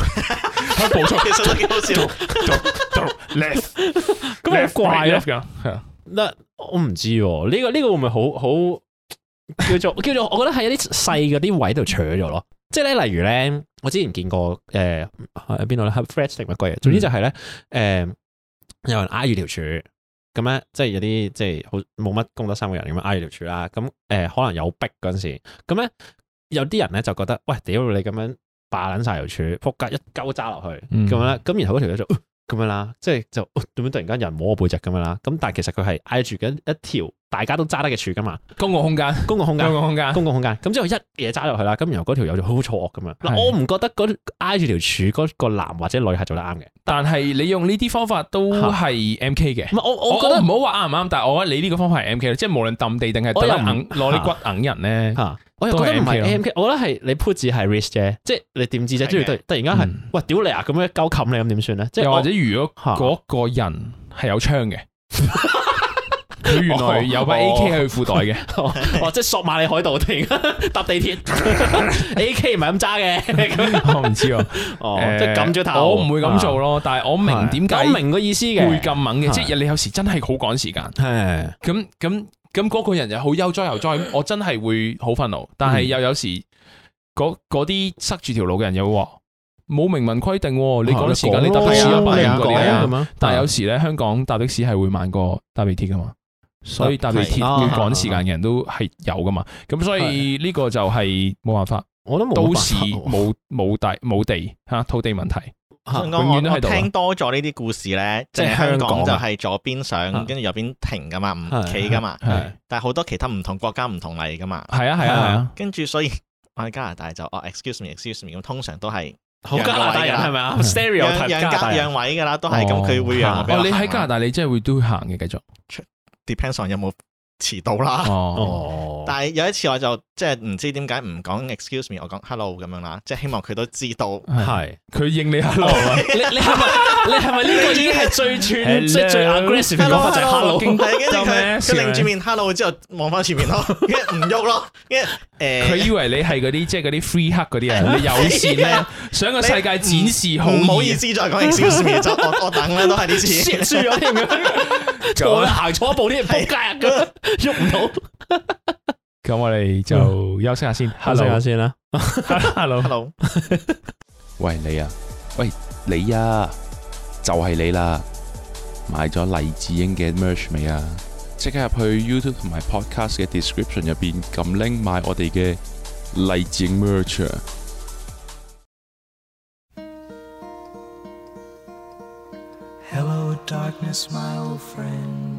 Speaker 1: 喺度步速
Speaker 2: 其實都幾好笑。
Speaker 1: left
Speaker 3: 咁好怪咯
Speaker 1: left，。係啊，
Speaker 3: 嗱，我唔知喎，呢、個呢、個會唔會好好叫做叫 做？我覺得喺一啲細嗰啲位度扯咗咯。即係咧，例如咧，我之前見過誒喺邊度咧，喺 Fred 定乜鬼嘢？啊總之就係咧誒，有人挨住條柱咁咧，即係有啲即係好冇乜公德心嘅人咁樣挨住條柱啦。咁誒、可能有逼嗰陣時，咁咧有啲人咧就覺得喂，屌你咁樣霸撚晒條柱，撲街一鳩揸落去
Speaker 1: 嗯
Speaker 3: 咁樣咧，咁然後嗰條友就。呃咁樣啦，即係就呃點樣突然間有人摸我背脊咁樣啦，咁但係其實佢係挨住緊一條大家都揸得嘅柱噶 嘛，
Speaker 1: 公共空間，
Speaker 3: 公共空間
Speaker 1: 公，共空間，
Speaker 3: 公共空間，咁之後一嘢揸落去啦，咁然後嗰條友就好錯愕咁樣。嗱，
Speaker 1: 係
Speaker 3: 我唔覺得嗰挨住條柱嗰個男或者女係做得啱嘅，
Speaker 1: 但係你用呢啲方法都係 M K 嘅
Speaker 3: 唔。係我
Speaker 1: 我
Speaker 3: 我覺
Speaker 1: 覺
Speaker 3: 得
Speaker 1: 得唔好話啱唔啱，但係我覺得你呢個方法係 M K 咯，即係無論揼地定係
Speaker 3: 我又
Speaker 1: 揼
Speaker 3: 唔
Speaker 1: 硬攞啲骨硬人咧，
Speaker 3: 嚇，我又覺得唔係 M K，我覺得係你 put 字係 risk 啫，即係你點知啫？
Speaker 2: 係嘅
Speaker 3: 即係突突然間係
Speaker 1: 嗯
Speaker 3: 喂屌你啊咁樣鳩冚你咁點算咧？即係
Speaker 1: 又
Speaker 3: 我
Speaker 1: 或者如
Speaker 3: 嚇
Speaker 1: 果嗰個人係有槍 嘅，佢原來有把
Speaker 3: 哦
Speaker 1: AK 去褲袋 嘅，
Speaker 3: 哦，哦即係索馬里海盜突然間 搭地 鐵 A K 唔係咁揸嘅，咁
Speaker 1: 我唔知啊。
Speaker 3: 哦
Speaker 1: 誒
Speaker 3: 即係撳咗頭，
Speaker 1: 我唔會咁做
Speaker 3: 啊，
Speaker 1: 咯。但係我明點解
Speaker 3: 我明個意思嘅，
Speaker 1: 會咁猛嘅，
Speaker 3: 係
Speaker 1: 即係你有時真係好趕時間。
Speaker 3: 係
Speaker 1: 咁咁咁嗰個人又好悠哉悠 哉，我真係會好憤怒。但係又有時嗰嗰啲塞住條路嘅人又會話冇明文規定喎，你趕時哦間你搭的士
Speaker 2: 係
Speaker 1: 啊，
Speaker 2: 啊
Speaker 1: 八
Speaker 2: 你
Speaker 1: 人
Speaker 2: 唔
Speaker 1: 嗰啲
Speaker 2: 講啊
Speaker 1: 啊。
Speaker 3: 咁樣，
Speaker 1: 但係有時咧，香港搭的士係會慢過搭地鐵噶嘛，所以搭地鐵
Speaker 3: 係
Speaker 1: 會趕時間嘅人都係有噶嘛。咁所以呢個就啊係冇辦法，
Speaker 3: 我都冇
Speaker 1: 都
Speaker 3: 辦法
Speaker 1: 市
Speaker 3: 喎
Speaker 1: 冇冇地冇地嚇土地問題。
Speaker 3: 嚇
Speaker 2: 香
Speaker 1: 永
Speaker 2: 港
Speaker 1: 遠
Speaker 2: 我
Speaker 1: 都
Speaker 2: 我
Speaker 1: 喺度啊
Speaker 2: 聽多咗呢啲故事咧，
Speaker 3: 即
Speaker 2: 即
Speaker 3: 係
Speaker 2: 係香港
Speaker 3: 香
Speaker 2: 就
Speaker 3: 港啊
Speaker 2: 係左邊上，
Speaker 3: 啊
Speaker 2: 跟住右邊停噶嘛，唔
Speaker 3: 係
Speaker 2: 企噶嘛。
Speaker 1: 係
Speaker 2: 但係好多其他唔同國家唔同例噶嘛，
Speaker 1: 係啊係啊係啊，
Speaker 2: 跟住所以 我喺加拿大就哦，excuse me，excuse me，咁通常都係
Speaker 3: 好加拿大人係咪啊
Speaker 1: 嗯
Speaker 2: 讓讓
Speaker 3: ？Stereotype 加拿大
Speaker 2: 加
Speaker 3: 人
Speaker 2: 讓位噶啦，都
Speaker 1: 哦
Speaker 2: 係咁，佢會讓我俾
Speaker 1: 哦
Speaker 2: 我
Speaker 1: 你喺加拿
Speaker 2: 大
Speaker 1: 大你真係會都會行嘅繼續。
Speaker 2: depends on 有冇遲到啦。
Speaker 1: 哦，
Speaker 3: 哦，
Speaker 2: 但係有一次我就即係唔知點解唔講 excuse me，我講 hello 咁樣啦，即係希望佢都知道。
Speaker 3: 係
Speaker 1: 佢應你 hello 啊。
Speaker 3: 你你係咪你係咪呢個已經係最串
Speaker 1: Hello
Speaker 3: 即係最 aggressive 嘅講法就係
Speaker 1: Hello，
Speaker 3: hello
Speaker 2: 係跟住
Speaker 1: 夠咩
Speaker 2: 佢
Speaker 1: 事
Speaker 2: 佢
Speaker 1: 啊
Speaker 2: 擰住面 hello 之後望翻前面咯， 跟住唔喐咯，跟住
Speaker 1: 佢
Speaker 2: 誒
Speaker 1: 以為你係嗰啲即係嗰啲 free hug 嗰啲人，你友 善 咧，想個世界展示好
Speaker 2: 唔好意
Speaker 1: 思，
Speaker 2: 思再講 excuse me，就我我等啦，都係呢次。
Speaker 3: ，shit 輸咗添咁樣，錯行錯一步添，仆街啊咁樣，喐唔到。
Speaker 1: 咁咁我哋就休息下先。
Speaker 3: 休息下先 啦。
Speaker 1: Hello，Hello，
Speaker 2: Hello。
Speaker 4: 喂你啊，喂你啊，就係你啦！買咗黎智英嘅 merch 未啊？即刻入去 YouTube 同埋 Podcast 嘅 description 入邊撳 link 買我哋嘅黎智英 merch 啊！
Speaker 5: Hello, darkness, my old friend.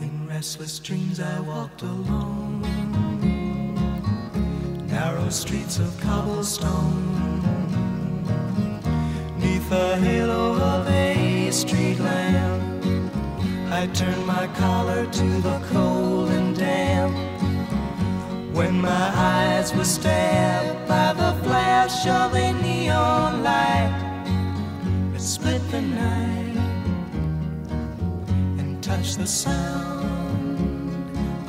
Speaker 5: In restless dreams, I walked alone, narrow streets of cobblestone, neath the halo of a street lamp. I turned my collar to the cold and damp. When my eyes were stabbed by the flash of a neon light, it split the night and touched the sound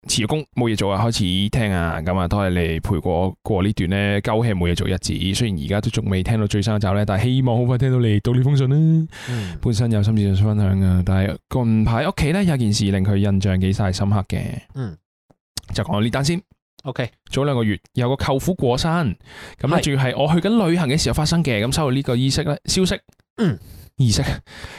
Speaker 1: 辭咗工冇嘢做啊，開始聽啊。咁啊多謝你陪過過呢段呢鳩氣冇嘢做日子。雖然而家都仲未聽到最新一集呢，但係希望好快聽到你讀呢封信啦。本身有心事想分享啊，但係近排屋企呢，有件事令佢印象幾晒深刻嘅。
Speaker 3: 嗯，
Speaker 1: 就講呢單先。
Speaker 3: OK，
Speaker 1: 早兩個月有個舅父過身，咁咧
Speaker 3: 係
Speaker 1: 仲要係我去緊旅行嘅時候發生嘅，咁收到呢個意識咧消息，
Speaker 3: 嗯，
Speaker 1: 意識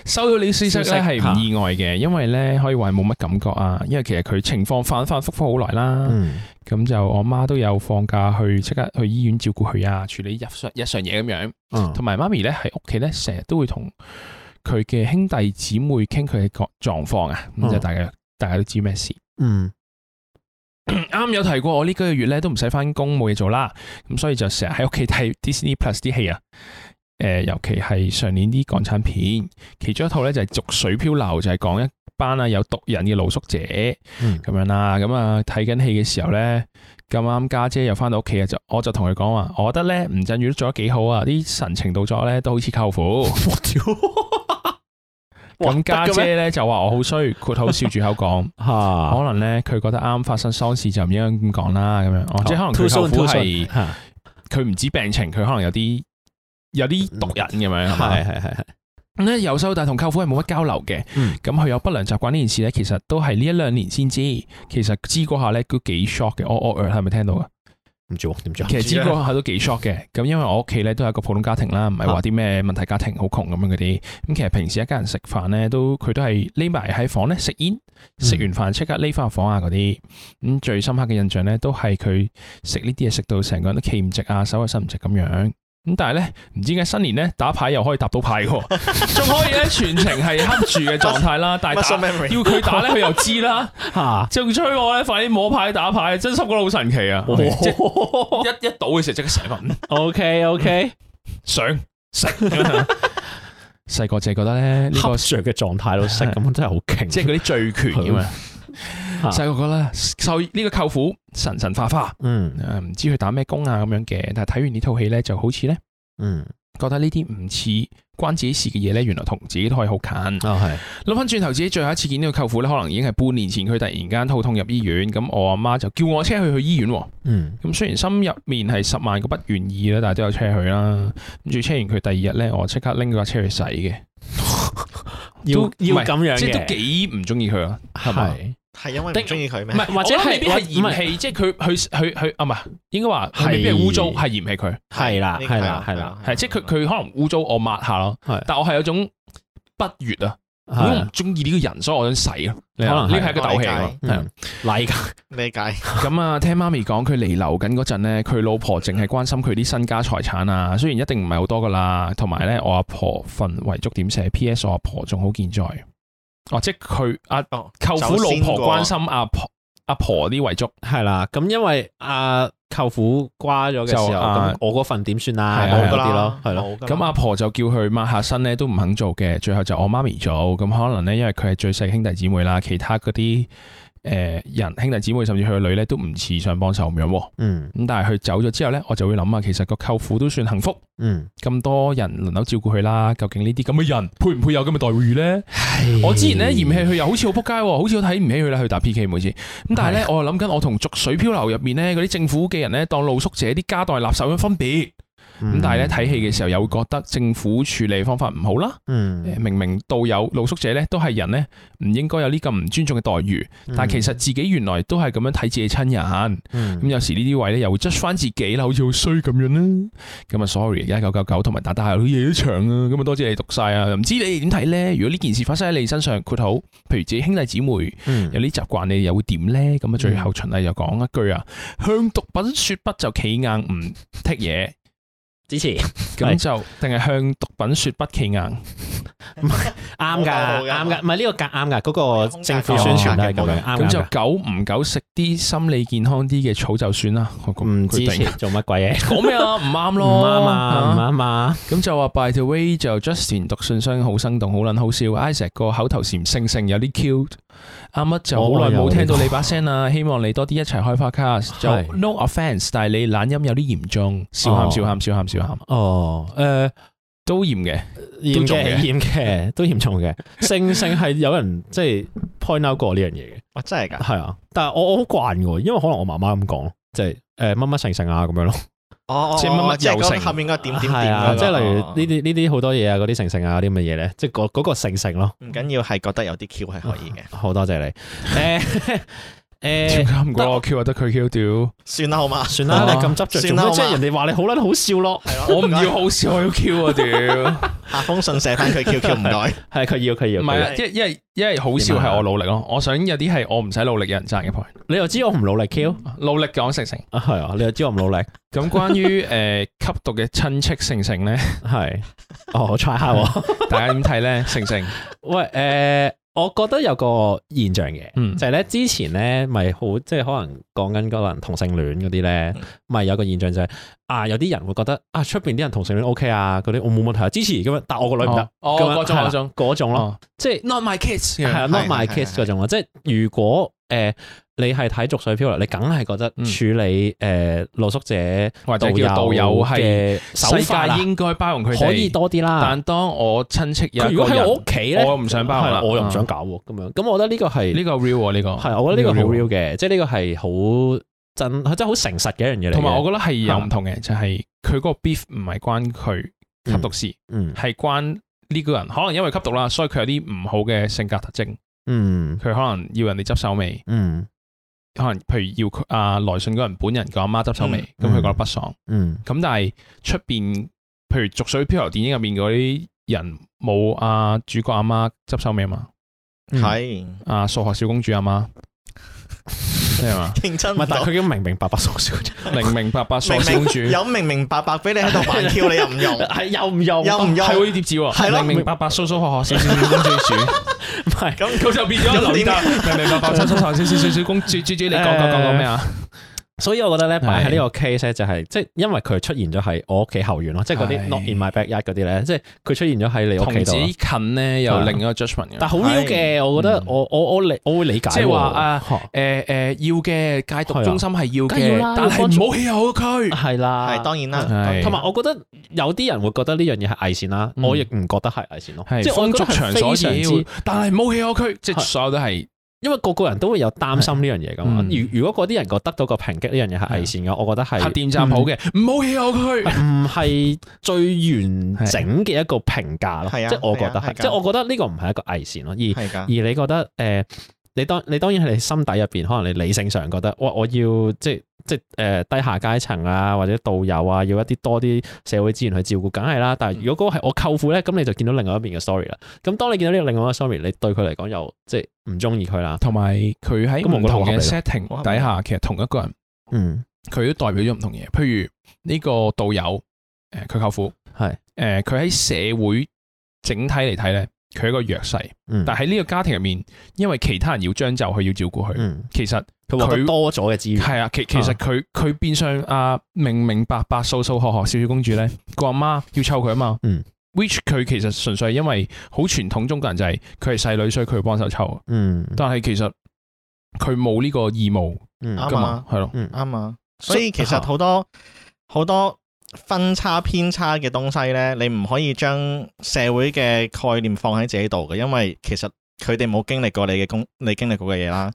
Speaker 1: 收到呢個消息
Speaker 3: 消息
Speaker 1: 咧係唔意外嘅，因為咧可以話係冇乜感覺啊，因為其實佢情況反反覆覆好耐啦，
Speaker 3: 嗯，
Speaker 1: 咁、就我媽都有放假去即刻去醫院照顧佢啊，處理日常日常嘢咁樣，
Speaker 3: 嗯
Speaker 1: 同埋媽咪咧喺屋企咧成日都會同佢嘅兄弟姊妹傾佢嘅各狀況啊，咁就
Speaker 3: 嗯
Speaker 1: 大家大家都知咩事。
Speaker 3: 嗯，
Speaker 1: 啱有提過，我呢幾個月咧都唔使翻工，冇嘢做啦，咁所以就成日喺屋企睇 Disney Plus 啲戲啊。誒、尤其係上年啲港產片，其中一套咧就係、逐水漂流》，就係、講一班啊有毒癮嘅露宿者咁
Speaker 3: 嗯
Speaker 1: 樣啦。咁啊睇緊戲嘅時候咧，咁啱家姐又翻到屋企啊，就我就同佢講話，我覺得咧吳鎮宇都做得幾好啊，啲神情動作咧都好似舅父。
Speaker 3: 哇
Speaker 1: 咁家
Speaker 3: 得嘅咩
Speaker 1: 姐咧就話我好衰，括號笑住口講。
Speaker 3: 吓
Speaker 1: 可能咧佢覺得啱發生喪事就唔應該咁講啦，咁樣哦，即係可能佢舅父係佢唔知病情，佢可能有啲有啲毒癮咁樣，係咪？
Speaker 3: 系系系，
Speaker 1: 咁咧由細到大同舅父係冇乜交流嘅，
Speaker 3: 嗯
Speaker 1: 咁佢有不良習慣呢件事咧，其實都係呢一兩年先知，其實知嗰下咧都幾 shock 嘅，我我呃係咪聽到啊？
Speaker 3: 唔知喎點知啊？
Speaker 1: 其實知
Speaker 2: 知啊
Speaker 1: 嗰下都幾 shock 嘅，咁因為我屋企咧都係一個普通家庭啦，唔係話啲咩問題家庭好窮咁樣嗰啲，咁其實平時一家人食飯咧都佢都係匿埋喺房咧食煙，食完飯即刻匿翻入房啊嗰啲，咁最深刻嘅印象咧都係佢食呢啲嘢食到成個人都企唔直啊，手又伸唔直咁樣。咁但係咧，唔知點解新年咧打牌又可以搭到牌嘅喎，仲可以咧全程係恰住嘅狀態啦。但係
Speaker 2: Muscle
Speaker 1: 打
Speaker 2: memory
Speaker 1: 要佢打咧，佢又知啦，
Speaker 3: 吓，
Speaker 1: 仲催我咧快啲摸牌打牌，真心覺得好神奇啊！即係一一倒嘅時候即刻醒啦，嗯
Speaker 3: OK OK，
Speaker 1: 想食。細個就係覺得咧呢
Speaker 3: 呢
Speaker 1: 個
Speaker 3: 個嗯着嘅狀態都識，咁真係好勁。
Speaker 1: 即係嗰啲醉拳咁啊。
Speaker 3: 嚇
Speaker 1: 細個覺得受呢個舅父神神化化，
Speaker 3: 嗯
Speaker 1: 誒唔知佢打咩工啊咁樣嘅。但係睇完呢套戲咧，就好似咧
Speaker 3: 嗯
Speaker 1: 覺得呢啲唔似關自己事嘅嘢咧，原來同自己都可以好近。
Speaker 3: 啊係
Speaker 1: 諗翻轉頭，自己最後一次見呢個舅父咧，可能已經係半年前，佢突然間肚痛入醫院，咁我阿媽就叫我車佢去醫院喎。
Speaker 3: 嗯
Speaker 1: 咁雖然心入面係十萬個不願意啦，但係都有車佢啦。跟住車完佢第二日咧，我即刻拎佢架車去洗嘅，都唔
Speaker 3: 要要
Speaker 1: 係
Speaker 3: 咁樣
Speaker 1: 即係
Speaker 3: 嘅
Speaker 1: 都幾唔中意佢啊，係嘛？
Speaker 3: 係
Speaker 2: 係因為
Speaker 1: 的
Speaker 2: 唔中意佢
Speaker 1: 唔
Speaker 2: 咩？
Speaker 1: 係，
Speaker 3: 或
Speaker 1: 或
Speaker 3: 者
Speaker 1: 者
Speaker 3: 係
Speaker 1: 係係
Speaker 3: 或
Speaker 1: 嫌棄，即係佢佢佢佢啊，唔係應該話佢未必係污糟，
Speaker 3: 係
Speaker 1: 係嫌棄佢，
Speaker 3: 係啦
Speaker 2: 呢個啊
Speaker 3: 係啦係啦，
Speaker 1: 係即啊係佢佢可能污糟我抹下咯
Speaker 3: 係，
Speaker 1: 但我係有種不悦啊，我
Speaker 3: 係
Speaker 1: 唔中意呢個人，所以我想洗啊，
Speaker 3: 可
Speaker 1: 呢
Speaker 3: 能
Speaker 1: 個係
Speaker 3: 係
Speaker 1: 一個鬥氣啊嘛，
Speaker 3: 嗯
Speaker 1: 係啊
Speaker 3: 嚟㗎
Speaker 2: 理解。
Speaker 1: 咁啊，聽媽咪講，佢彌留緊嗰陣咧，佢老婆淨係關心佢啲身家財產啊，雖然一定唔係好多噶啦，同埋咧，我阿婆份遺囑點寫？P.S. 我阿婆仲好健在。哦，即係佢阿
Speaker 2: 哦
Speaker 1: 舅父老
Speaker 2: 走先
Speaker 1: 婆
Speaker 2: 過
Speaker 1: 關心阿婆阿婆啲遺囑，
Speaker 3: 係啦，咁因為阿舅父瓜咗嘅時候，
Speaker 1: 就啊
Speaker 3: 咁我嗰份點算
Speaker 1: 係
Speaker 3: 啊？
Speaker 1: 啊
Speaker 3: 冇
Speaker 2: 㗎
Speaker 3: 嗰啲咯，係咯，
Speaker 2: 冇㗎啦
Speaker 1: 咁阿婆就叫佢抹下身咧，都唔肯做嘅。最後就我媽咪做，咁可能咧，因為佢係最細兄弟姊妹啦，其他嗰啲誒人兄弟姊妹甚至佢個女咧都唔似想幫手咁樣喎。
Speaker 3: 嗯
Speaker 1: 咁但係佢走咗之後咧，我就會諗啊，其實個舅父都算幸福。
Speaker 3: 嗯，
Speaker 1: 咁多人輪流照顧佢啦，究竟呢啲咁嘅人配唔配有咁嘅待遇呢？我之前咧嫌棄佢又好似好仆街喎，好似好睇唔起佢啦，佢打 P K 每次。咁但係咧，我又諗緊我同逐水漂流入面咧嗰啲政府嘅人咧，當露宿者啲家當係垃圾咁分別。咁
Speaker 3: 咁
Speaker 1: 但係咧睇戲嘅時候又會覺得政府處理方法唔好啦。
Speaker 3: 嗯
Speaker 1: 誒，明明道友露宿者咧都係人咧，唔應該有呢咁唔尊重嘅待遇。但係其實自己原來都係咁樣睇自己親人。
Speaker 3: 嗯
Speaker 1: 咁有時呢啲位咧又會 judge 翻自己啦，好似好衰咁樣啦。咁啊，sorry，一九九九同埋打打下啲嘢都長啊。咁啊，多謝你讀晒啊。又唔知你哋點睇咧？如果呢件事發生喺你身上，括號，譬如自己兄弟姊妹
Speaker 3: 嗯
Speaker 1: 有啲習慣，你哋又會點咧？咁啊，最後循例就講一句啊，向毒品説不就企硬唔剔嘢，
Speaker 3: 支持
Speaker 1: 咁
Speaker 3: 係
Speaker 1: 就定係向毒品説不企硬。
Speaker 2: 冇
Speaker 3: 啱㗎，
Speaker 2: 㗎
Speaker 3: 啱㗎，唔係呢個格啱㗎，嗰個政府
Speaker 1: 空格
Speaker 3: 宣傳都係
Speaker 2: 空
Speaker 3: 咁
Speaker 2: 格
Speaker 3: 樣，啊啱
Speaker 1: 咁就
Speaker 3: 㗎。
Speaker 1: 久唔久食啲心理健康啲嘅草就算啦。我咁
Speaker 3: 唔支
Speaker 1: 佢
Speaker 3: 持
Speaker 1: 定
Speaker 3: 做乜鬼 嘢？
Speaker 1: 講咩啊？唔啱
Speaker 3: 唔
Speaker 1: 咯，
Speaker 3: 啱
Speaker 1: 啊
Speaker 3: 啊，唔啱啊！
Speaker 1: 咁就話 by the way 就 Justin 讀信箱好生動，好撚好笑。Isaac 個口頭禪性性有啲 cute。阿乜就
Speaker 3: 哦
Speaker 1: 好耐冇聽到你把聲啦，希望你多啲一齊開 podcast。就
Speaker 3: 係
Speaker 1: no offence，但係你懶音有啲嚴重，笑喊
Speaker 3: 哦
Speaker 1: 笑喊笑喊笑喊，呃
Speaker 3: 哦，誒，
Speaker 1: 都嚴嘅。
Speaker 3: 嚴
Speaker 1: 重
Speaker 3: 嘅
Speaker 1: 嘅
Speaker 3: 嚴嘅 都嚴重嘅，性性係有人即係 point out 過呢樣嘢嘅。
Speaker 2: 哇，真係㗎！
Speaker 3: 係啊，但係我我好慣嘅喎，因為可能我媽媽咁講咯，即係誒乜乜成成啊咁樣咯，
Speaker 2: 哦，
Speaker 1: 即係乜乜
Speaker 2: 即係
Speaker 1: 有
Speaker 2: 嗰
Speaker 1: 成
Speaker 2: 後面嗰個點點
Speaker 3: 係
Speaker 2: 點嗰
Speaker 3: 啊，
Speaker 2: 個哦
Speaker 3: 即係例如呢啲呢啲好多嘢啊，嗰啲成成啊嗰啲咁嘅嘢咧，即係嗰嗰個成成咯。
Speaker 2: 唔緊要，係覺得有啲 Q 係可以嘅，
Speaker 3: 好多謝你，誒
Speaker 1: 點
Speaker 3: 誒，
Speaker 1: 解唔怪我 Q 啊？得佢 Q 屌，
Speaker 2: 算啦好嘛？
Speaker 3: 啊算啦，你咁執着做
Speaker 2: 算啦好
Speaker 3: 咩？
Speaker 2: 嘛
Speaker 3: 即係人哋話你好撚好笑咯，
Speaker 2: 係咯
Speaker 1: 我唔要好笑，我要 Q 啊屌！
Speaker 2: 下封信寫翻佢 QQ 唔該，
Speaker 3: 係佢要佢要，
Speaker 1: 唔係
Speaker 3: 佢要
Speaker 1: 啊，因因為因為好
Speaker 3: 啊
Speaker 1: 笑係我努力咯，我想有啲係我唔使努力有人賺嘅 point，
Speaker 3: 你又知我唔努力 Q，
Speaker 1: 努力講成成。
Speaker 3: 啊係啊，你又知我唔努力，
Speaker 1: 咁關 於誒吸毒嘅親戚成成咧，
Speaker 3: 係，哦我 try 下喎，
Speaker 1: 大家點睇咧？成成。
Speaker 3: 喂誒我覺得有個現象嘅，
Speaker 1: 嗯
Speaker 3: 就係咧之前咧，咪好即係可能講緊可能同性戀嗰啲咧，咪有個現象就係、啊，有啲人會覺得啊，出邊啲人同性戀 OK 啊，嗰啲我冇問題啊，支持咁樣，但我個女唔得，
Speaker 1: 哦
Speaker 3: 咁樣
Speaker 1: 哦嗰種
Speaker 3: 係啦
Speaker 1: 嗰種
Speaker 3: 嗰種咯
Speaker 1: 哦，
Speaker 3: 即係
Speaker 1: Not my kids
Speaker 3: 係啊，not
Speaker 2: 係
Speaker 3: my
Speaker 2: 係
Speaker 3: kids
Speaker 2: 係
Speaker 3: 嗰種咯，即係如果誒你係睇《逐水漂流》，你梗係覺得
Speaker 1: 嗯
Speaker 3: 處理誒露宿者
Speaker 1: 或者叫導遊係
Speaker 3: 嘅手
Speaker 1: 世
Speaker 3: 法啊
Speaker 1: 界應該包容佢哋，
Speaker 3: 可以多啲啦，
Speaker 1: 但當我親戚有
Speaker 3: 佢
Speaker 1: 一
Speaker 3: 如果
Speaker 1: 個
Speaker 3: 喺
Speaker 1: 人
Speaker 3: 我屋企咧，
Speaker 1: 我唔想包
Speaker 3: 係
Speaker 1: 容
Speaker 3: 啦
Speaker 1: 啦
Speaker 3: 我又唔想
Speaker 1: 嗯
Speaker 3: 搞喎，咁樣咁，我覺得呢個係
Speaker 1: 呢個 real 喎呢個，
Speaker 3: 係，我覺得呢個好 real
Speaker 1: real
Speaker 3: 嘅，即係呢個係好真，佢真係好誠實嘅一樣嘢嚟嘅。
Speaker 1: 同埋我覺得係有
Speaker 3: 嚇
Speaker 1: 唔同嘅，就係佢嗰個 beef 唔係關佢吸毒事，
Speaker 3: 嗯
Speaker 1: 係關呢個人可能因為吸毒啦，所以佢有啲唔好嘅性格特徵，
Speaker 3: 嗯
Speaker 1: 佢可能要人哋執手尾，
Speaker 3: 嗯
Speaker 1: 可能譬如要佢啊來信嗰人本人個阿媽執手尾，咁
Speaker 3: 嗯
Speaker 1: 佢覺得不爽。
Speaker 3: 嗯
Speaker 1: 咁但係出邊，譬如《逐水漂流》電影入面嗰啲人冇啊主角阿媽執手尾啊嘛，
Speaker 3: 嗯
Speaker 2: 係
Speaker 1: 啊數學小公主阿媽係嘛，
Speaker 2: 認真
Speaker 3: 唔係，但係佢
Speaker 2: 佢
Speaker 3: 已經明明白白傻笑啫，
Speaker 1: 明明白白數學小公主
Speaker 2: 明明有明明白白俾你喺度玩 Q，你又唔 用，
Speaker 3: 係又唔用
Speaker 2: 又唔用，
Speaker 1: 係會啲字
Speaker 2: 係
Speaker 1: 喎，
Speaker 2: 咯
Speaker 1: 明明白白數數學學小小小公主，
Speaker 3: 唔係
Speaker 2: 咁
Speaker 1: 佢就變咗
Speaker 2: 咁
Speaker 1: 劉
Speaker 2: 點
Speaker 1: 德，明明白白數數學小小小小公主，豬豬你講講講講咩啊？
Speaker 3: 所以我覺得咧，
Speaker 1: 係
Speaker 3: 擺喺呢個 case 咧，就係即係因為佢出現咗喺我屋企後院咯，即係嗰啲
Speaker 1: 係
Speaker 3: not in my backyard 嗰啲咧，即係佢出現咗喺你
Speaker 1: 同
Speaker 3: 屋企
Speaker 1: 自
Speaker 3: 度
Speaker 1: 己
Speaker 3: 咯。
Speaker 1: 近咧有另一個 judgment 嘅
Speaker 3: 但。好 real 嘅，我覺得
Speaker 1: 嗯
Speaker 3: 我我我理我會理解喎。
Speaker 1: 即係話啊
Speaker 3: 嚇，
Speaker 1: 誒誒、要嘅戒毒
Speaker 3: 係啊
Speaker 1: 中心係要
Speaker 3: 梗要
Speaker 1: 嘅，
Speaker 3: 啦
Speaker 1: 但係
Speaker 3: 要幫助
Speaker 1: 唔好棄後佢。
Speaker 3: 係啦，
Speaker 2: 係當然啦，
Speaker 1: 係
Speaker 3: 同埋我覺得有啲人會覺得呢樣嘢係偽善啦，
Speaker 1: 嗯
Speaker 3: 我亦唔覺得係偽善咯。
Speaker 1: 係
Speaker 3: 即係我
Speaker 1: 風
Speaker 3: 覺
Speaker 1: 俗
Speaker 3: 得
Speaker 1: 場
Speaker 3: 係
Speaker 1: 所
Speaker 3: 非常之
Speaker 1: 要，但係唔好棄我區，即係
Speaker 3: 係
Speaker 1: 所有都係
Speaker 3: 因為個個人都會有擔心呢樣嘢噶嘛。
Speaker 1: 嗯
Speaker 3: 如如果嗰啲人覺得到個抨擊呢樣嘢係偽善嘅，我覺得係嗯
Speaker 1: 核電站好嘅，唔好棄我區。
Speaker 3: 唔係最完整嘅一個評價咯。
Speaker 2: 係啊
Speaker 3: 即係我覺得
Speaker 2: 係啊
Speaker 3: 係，
Speaker 2: 係㗎
Speaker 3: 即係我覺得呢個唔係一個偽善咯。而
Speaker 2: 係啊㗎
Speaker 3: 而。你覺得誒，你當你當然係你心底入邊，可能你理性上覺得，哇！我要即係即係誒低下階層啊，或者導遊啊，要一啲多啲社會資源去照顧，梗係啦。但係如果嗰個係我舅父咧，咁你就見到另外一邊嘅 story 啦。咁當你見到呢個另外一個 story，你對佢嚟講又即係唔中意佢啦。
Speaker 1: 同埋佢喺
Speaker 3: 咁我
Speaker 1: 唔
Speaker 3: 覺得好
Speaker 1: 同
Speaker 3: 合理啊
Speaker 1: 嘅
Speaker 3: 咯
Speaker 1: setting
Speaker 2: 好合理
Speaker 1: 底下，其實同一個人
Speaker 3: 嗯，
Speaker 1: 佢都代表咗唔同嘢。譬如呢個導遊，誒呃佢舅父，
Speaker 3: 係，
Speaker 1: 誒佢喺社會整體嚟睇咧，佢係一個弱勢。
Speaker 3: 嗯，
Speaker 1: 但喺呢個家庭入面，因為其他人要將就佢，要照顧佢，
Speaker 3: 嗯。
Speaker 1: 其實
Speaker 3: 佢獲得
Speaker 1: 佢
Speaker 3: 多咗嘅資源。
Speaker 1: 係啊，其其實
Speaker 3: 啊
Speaker 1: 佢佢變相啊明明白白、數數學學小小公主咧，個阿媽要湊佢啊嘛。
Speaker 3: 嗯
Speaker 1: which 佢其實純粹係因為好傳統中國人就係佢係細女，所以佢要幫手湊。
Speaker 3: 嗯，
Speaker 1: 但係其實佢冇呢個義務
Speaker 3: 嗯
Speaker 2: 啱
Speaker 1: 噶嘛
Speaker 2: 啊，
Speaker 1: 係咯。
Speaker 3: 嗯
Speaker 2: 啱啊，
Speaker 3: 所
Speaker 2: 所以其實好多好多分差偏差嘅東西咧，你唔可以將社會嘅概念放喺自己度嘅，因為其實佢哋冇經歷過你嘅工，你經歷過嘅嘢啦，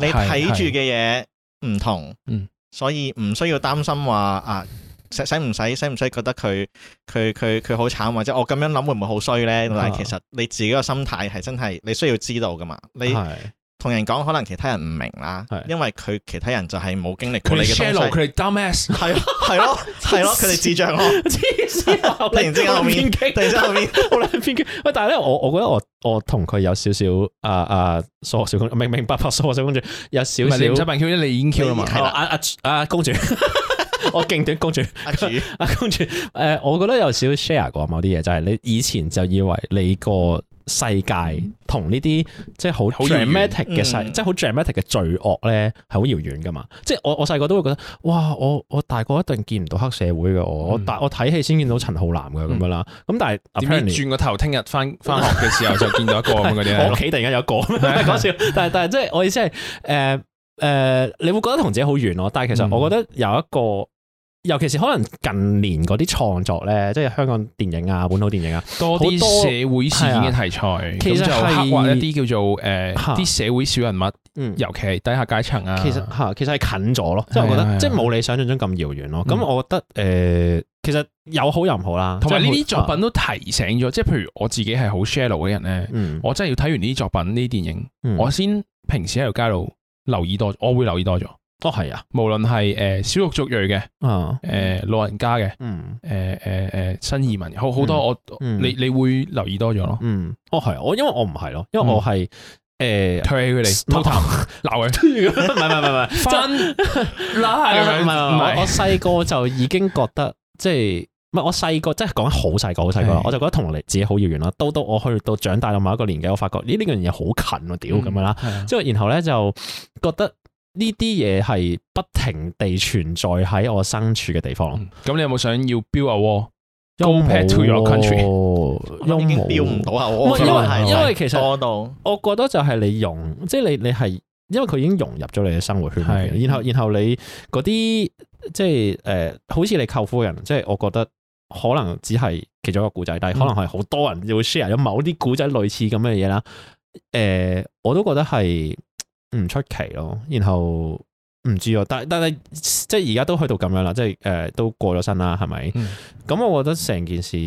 Speaker 2: 你睇住嘅嘢唔同
Speaker 1: 嗯，
Speaker 2: 所以唔需要擔心話啊。使使唔使使唔使覺得佢佢佢佢好慘，或者我咁樣諗會唔會好衰咧？但係其實你自己個心態係真係你需要知道噶嘛，你
Speaker 3: 係
Speaker 2: 同人講，可能其他人唔明啦
Speaker 3: 係，
Speaker 2: 因為佢其他人就係冇經歷過
Speaker 1: 佢
Speaker 2: 你
Speaker 1: 哋
Speaker 2: 嘅
Speaker 1: shallow，
Speaker 2: 東西，
Speaker 1: 佢哋 dumbass，
Speaker 2: 係咯係咯係 咯，佢哋智障咯，
Speaker 3: 黐線啊，
Speaker 2: 突然之間後面，
Speaker 3: 激
Speaker 2: 突然之間後面，
Speaker 3: 好兩偏激。喂，但係咧，我我覺得我我同佢有少少啊啊數學小公主，明明白白數學小公主有少
Speaker 1: 唔係你唔使
Speaker 3: 少。
Speaker 1: 扮 Q，因為你已經 Q 啦嘛
Speaker 2: 你。
Speaker 3: 係啦，啊啊啊公主， 我勁短公主。
Speaker 2: 阿主
Speaker 3: 啊，跟住誒，我覺得有少少 share 過某啲嘢，就係、你以前就以為你個世界同呢啲即係好
Speaker 1: 好遙遠
Speaker 3: dramatic 嘅世，
Speaker 2: 嗯
Speaker 3: 即係好 dramatic 嘅罪惡咧，係好遙遠噶嘛。即係我我細個都會覺得，哇！我我大個一定見唔到黑社會嘅，我我
Speaker 1: 嗯
Speaker 3: 大我睇戲先見到陳浩南嘅咁樣啦。咁但係
Speaker 1: 點知
Speaker 3: apparently
Speaker 1: 轉個頭，聽日翻翻學嘅時候就見到一個咁嗰啲
Speaker 3: 我屋
Speaker 1: 咧。
Speaker 3: 企突然間有一個，講笑。但係但係即係我意思係誒誒，你會覺得同自己好遠咯。但係其實
Speaker 1: 嗯
Speaker 3: 我覺得有一個。尤其是可能近年嗰啲創作咧，即係香港電影啊、本土電影啊，
Speaker 1: 多啲社會事件嘅題材，
Speaker 3: 其
Speaker 1: 咁
Speaker 3: 實
Speaker 1: 就
Speaker 3: 係啊
Speaker 1: 刻畫一啲叫做誒
Speaker 3: 嚇
Speaker 1: 啲社會小人物，
Speaker 3: 嗯，
Speaker 1: 尤其係低下階層啊。
Speaker 3: 其實嚇，其實係近咗咯，即係我覺
Speaker 1: 係啊係
Speaker 3: 得
Speaker 1: 啊
Speaker 3: 即係冇你想象中咁遙遠咯。咁
Speaker 1: 嗯
Speaker 3: 我覺得誒，其實有好有唔好啦。
Speaker 1: 同埋呢
Speaker 3: 即
Speaker 1: 啲
Speaker 3: 係啊
Speaker 1: 作品都提醒咗，即係譬如我自己係好 shallow 嘅人咧，
Speaker 3: 嗯，
Speaker 1: 我真係要睇完呢啲作品、呢啲電影，
Speaker 3: 嗯
Speaker 1: 我先平時喺條街度留意多，我會留意多咗。
Speaker 3: 哦係啊，
Speaker 1: 無論係呃誒少肉族裔嘅，
Speaker 3: 啊，
Speaker 1: 誒、老人家嘅，
Speaker 3: 嗯
Speaker 1: 誒誒誒新移民，好好多我、
Speaker 3: 嗯
Speaker 1: 你你會留意多咗咯，
Speaker 3: 嗯，哦係啊，我因為我唔係咯，因為我係 誒
Speaker 1: 唾棄佢哋，吐痰鬧佢，
Speaker 3: 唔係唔係唔係唔係，
Speaker 1: 翻啦
Speaker 3: 唔
Speaker 1: 咁樣，
Speaker 3: 係唔係，我
Speaker 1: 啊 唔
Speaker 3: 我細個就已經覺得即係唔唔係我細個，即係講緊好細個，好細個啦
Speaker 1: 係，
Speaker 3: 我就覺得同離自己好遙遠啦。到到我去到長大到某一個年紀，我發覺咦呢樣嘢好近喎，屌咁樣啦。
Speaker 1: 係啊
Speaker 3: 之後然後咧就覺得呢啲嘢係不停地存在喺我身處嘅地方咯。
Speaker 1: 咁你有冇想要 build a wall？
Speaker 3: 又
Speaker 1: Go back 嗯 to your country
Speaker 3: 又
Speaker 2: 已經
Speaker 3: 冇
Speaker 2: 標唔到啊！
Speaker 3: 唔
Speaker 2: 我
Speaker 3: 係因為因為其實
Speaker 2: 多到
Speaker 3: 我覺得就係你融，即係你你係因為佢已經融入咗你嘅生活圈入邊
Speaker 1: 係
Speaker 3: 然後然後你嗰啲即係誒、呃好似你舅父嘅人，即係我覺得可能只係其中一個古仔，但係可能係好多人會 share 咗某啲古仔類似咁嘅嘢啦。誒、我都覺得係唔出奇咯。然後唔知啊，但但係即係而家都去到咁樣啦，即係誒、呃都過咗身啦，係咪？
Speaker 1: 嗯
Speaker 3: 咁、我覺得成件事，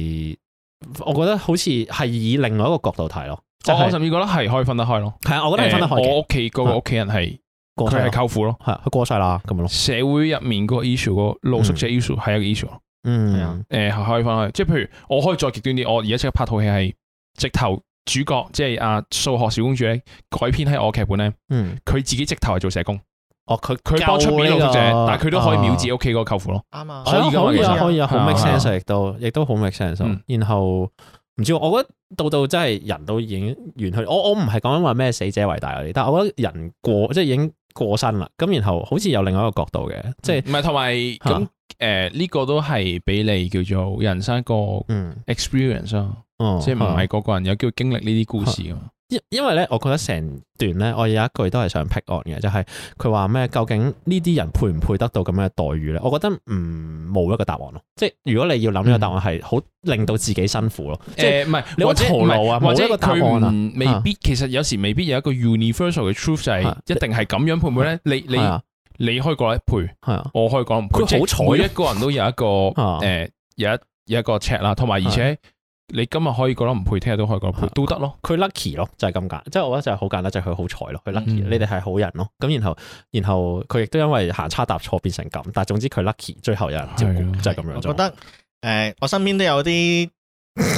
Speaker 3: 我覺得好似係以另外一個角度睇咯。即
Speaker 1: 哦我
Speaker 3: 係
Speaker 1: 我甚至覺得係可以分得開咯。
Speaker 3: 係啊，我覺得係分得開
Speaker 1: 誒我
Speaker 3: 嘅。
Speaker 1: 屋企嗰個屋企人係
Speaker 3: 過
Speaker 1: 佢
Speaker 3: 晒
Speaker 1: 係
Speaker 3: 啦
Speaker 1: 舅父咯。
Speaker 3: 係啊佢過晒啦咁樣咯。
Speaker 1: 社會入面嗰個 issue 個露宿者 issue 係一個 issue 咯。
Speaker 2: 係啊
Speaker 3: 嗯，
Speaker 1: 誒係可以分開，即係譬如我可以再極端啲，我而家即刻拍套戲係直頭主角，即係阿數學小公主咧改編喺我劇本咧，
Speaker 3: 嗯，
Speaker 1: 佢自己直頭係做社工，
Speaker 3: 哦，佢
Speaker 1: 佢幫出面露宿者，
Speaker 3: 夠呢個
Speaker 1: 但係佢都可以秒自己
Speaker 3: 啊
Speaker 1: 屋企嗰個舅父咯。
Speaker 2: 啱啊！
Speaker 1: 可以㗎嘛
Speaker 3: 可以
Speaker 1: 其
Speaker 3: 啊，
Speaker 1: 實
Speaker 3: 可以啊，好
Speaker 1: 係啊
Speaker 3: make
Speaker 1: 係啊嗯
Speaker 3: sense 啊亦都亦都好 make sense 啊。然後唔知喎我覺得到到真係人都已經遠去，我我唔係講緊話咩死者為大嗰啲，但係我覺得人過即係已經過身啦。咁然後好似有另外一個角度嘅，即係
Speaker 1: 唔係同啊埋咁誒呢個都係俾你叫做人生一個
Speaker 3: 嗯，
Speaker 1: experience 啊，
Speaker 3: 哦
Speaker 1: 即係唔
Speaker 3: 啊
Speaker 1: 係個個人有機會經歷呢啲故事啊嘛。
Speaker 3: 因因為咧，我覺得成段咧，我有一句都係想 pick on 嘅，就係佢話咩？究竟呢啲人配唔配得到咁樣嘅待遇咧？我覺得唔冇一個答案咯。即係如果你要諗呢個答案
Speaker 2: 嗯
Speaker 3: 係好令到自己辛苦咯，即係
Speaker 1: 誒唔係，
Speaker 3: 你好
Speaker 1: 或者
Speaker 3: 徒勞啊
Speaker 1: 唔係或
Speaker 3: 冇
Speaker 1: 者
Speaker 3: 一個答案啊
Speaker 1: 佢唔未必，其實有時未必有一個 universal 嘅 truth 就係
Speaker 3: 啊
Speaker 1: 一定係咁樣配唔配咧？你
Speaker 3: 係啊
Speaker 1: 你你可以講一配，
Speaker 3: 係啊，
Speaker 1: 我可以講唔配。
Speaker 3: 佢好
Speaker 1: 即
Speaker 3: 彩
Speaker 1: 係每一個人都有一個
Speaker 3: 啊
Speaker 1: 誒有一有一個尺啦，同埋而且你今日可以覺得唔配，聽日都可以覺得配
Speaker 3: 啊，
Speaker 1: 都得 咯。
Speaker 3: 佢 lucky 咯，就係咁解。即係我覺得就係好簡單，就係佢好彩咯，佢 lucky。
Speaker 1: 嗯
Speaker 3: 你哋係好人咯。咁然後然後佢亦都因為行差踏錯變成咁，但係總之佢 lucky，最後有人照
Speaker 1: 係啊
Speaker 3: 顧，就係咁樣啫嘛。
Speaker 2: 我覺得誒，我身邊都有啲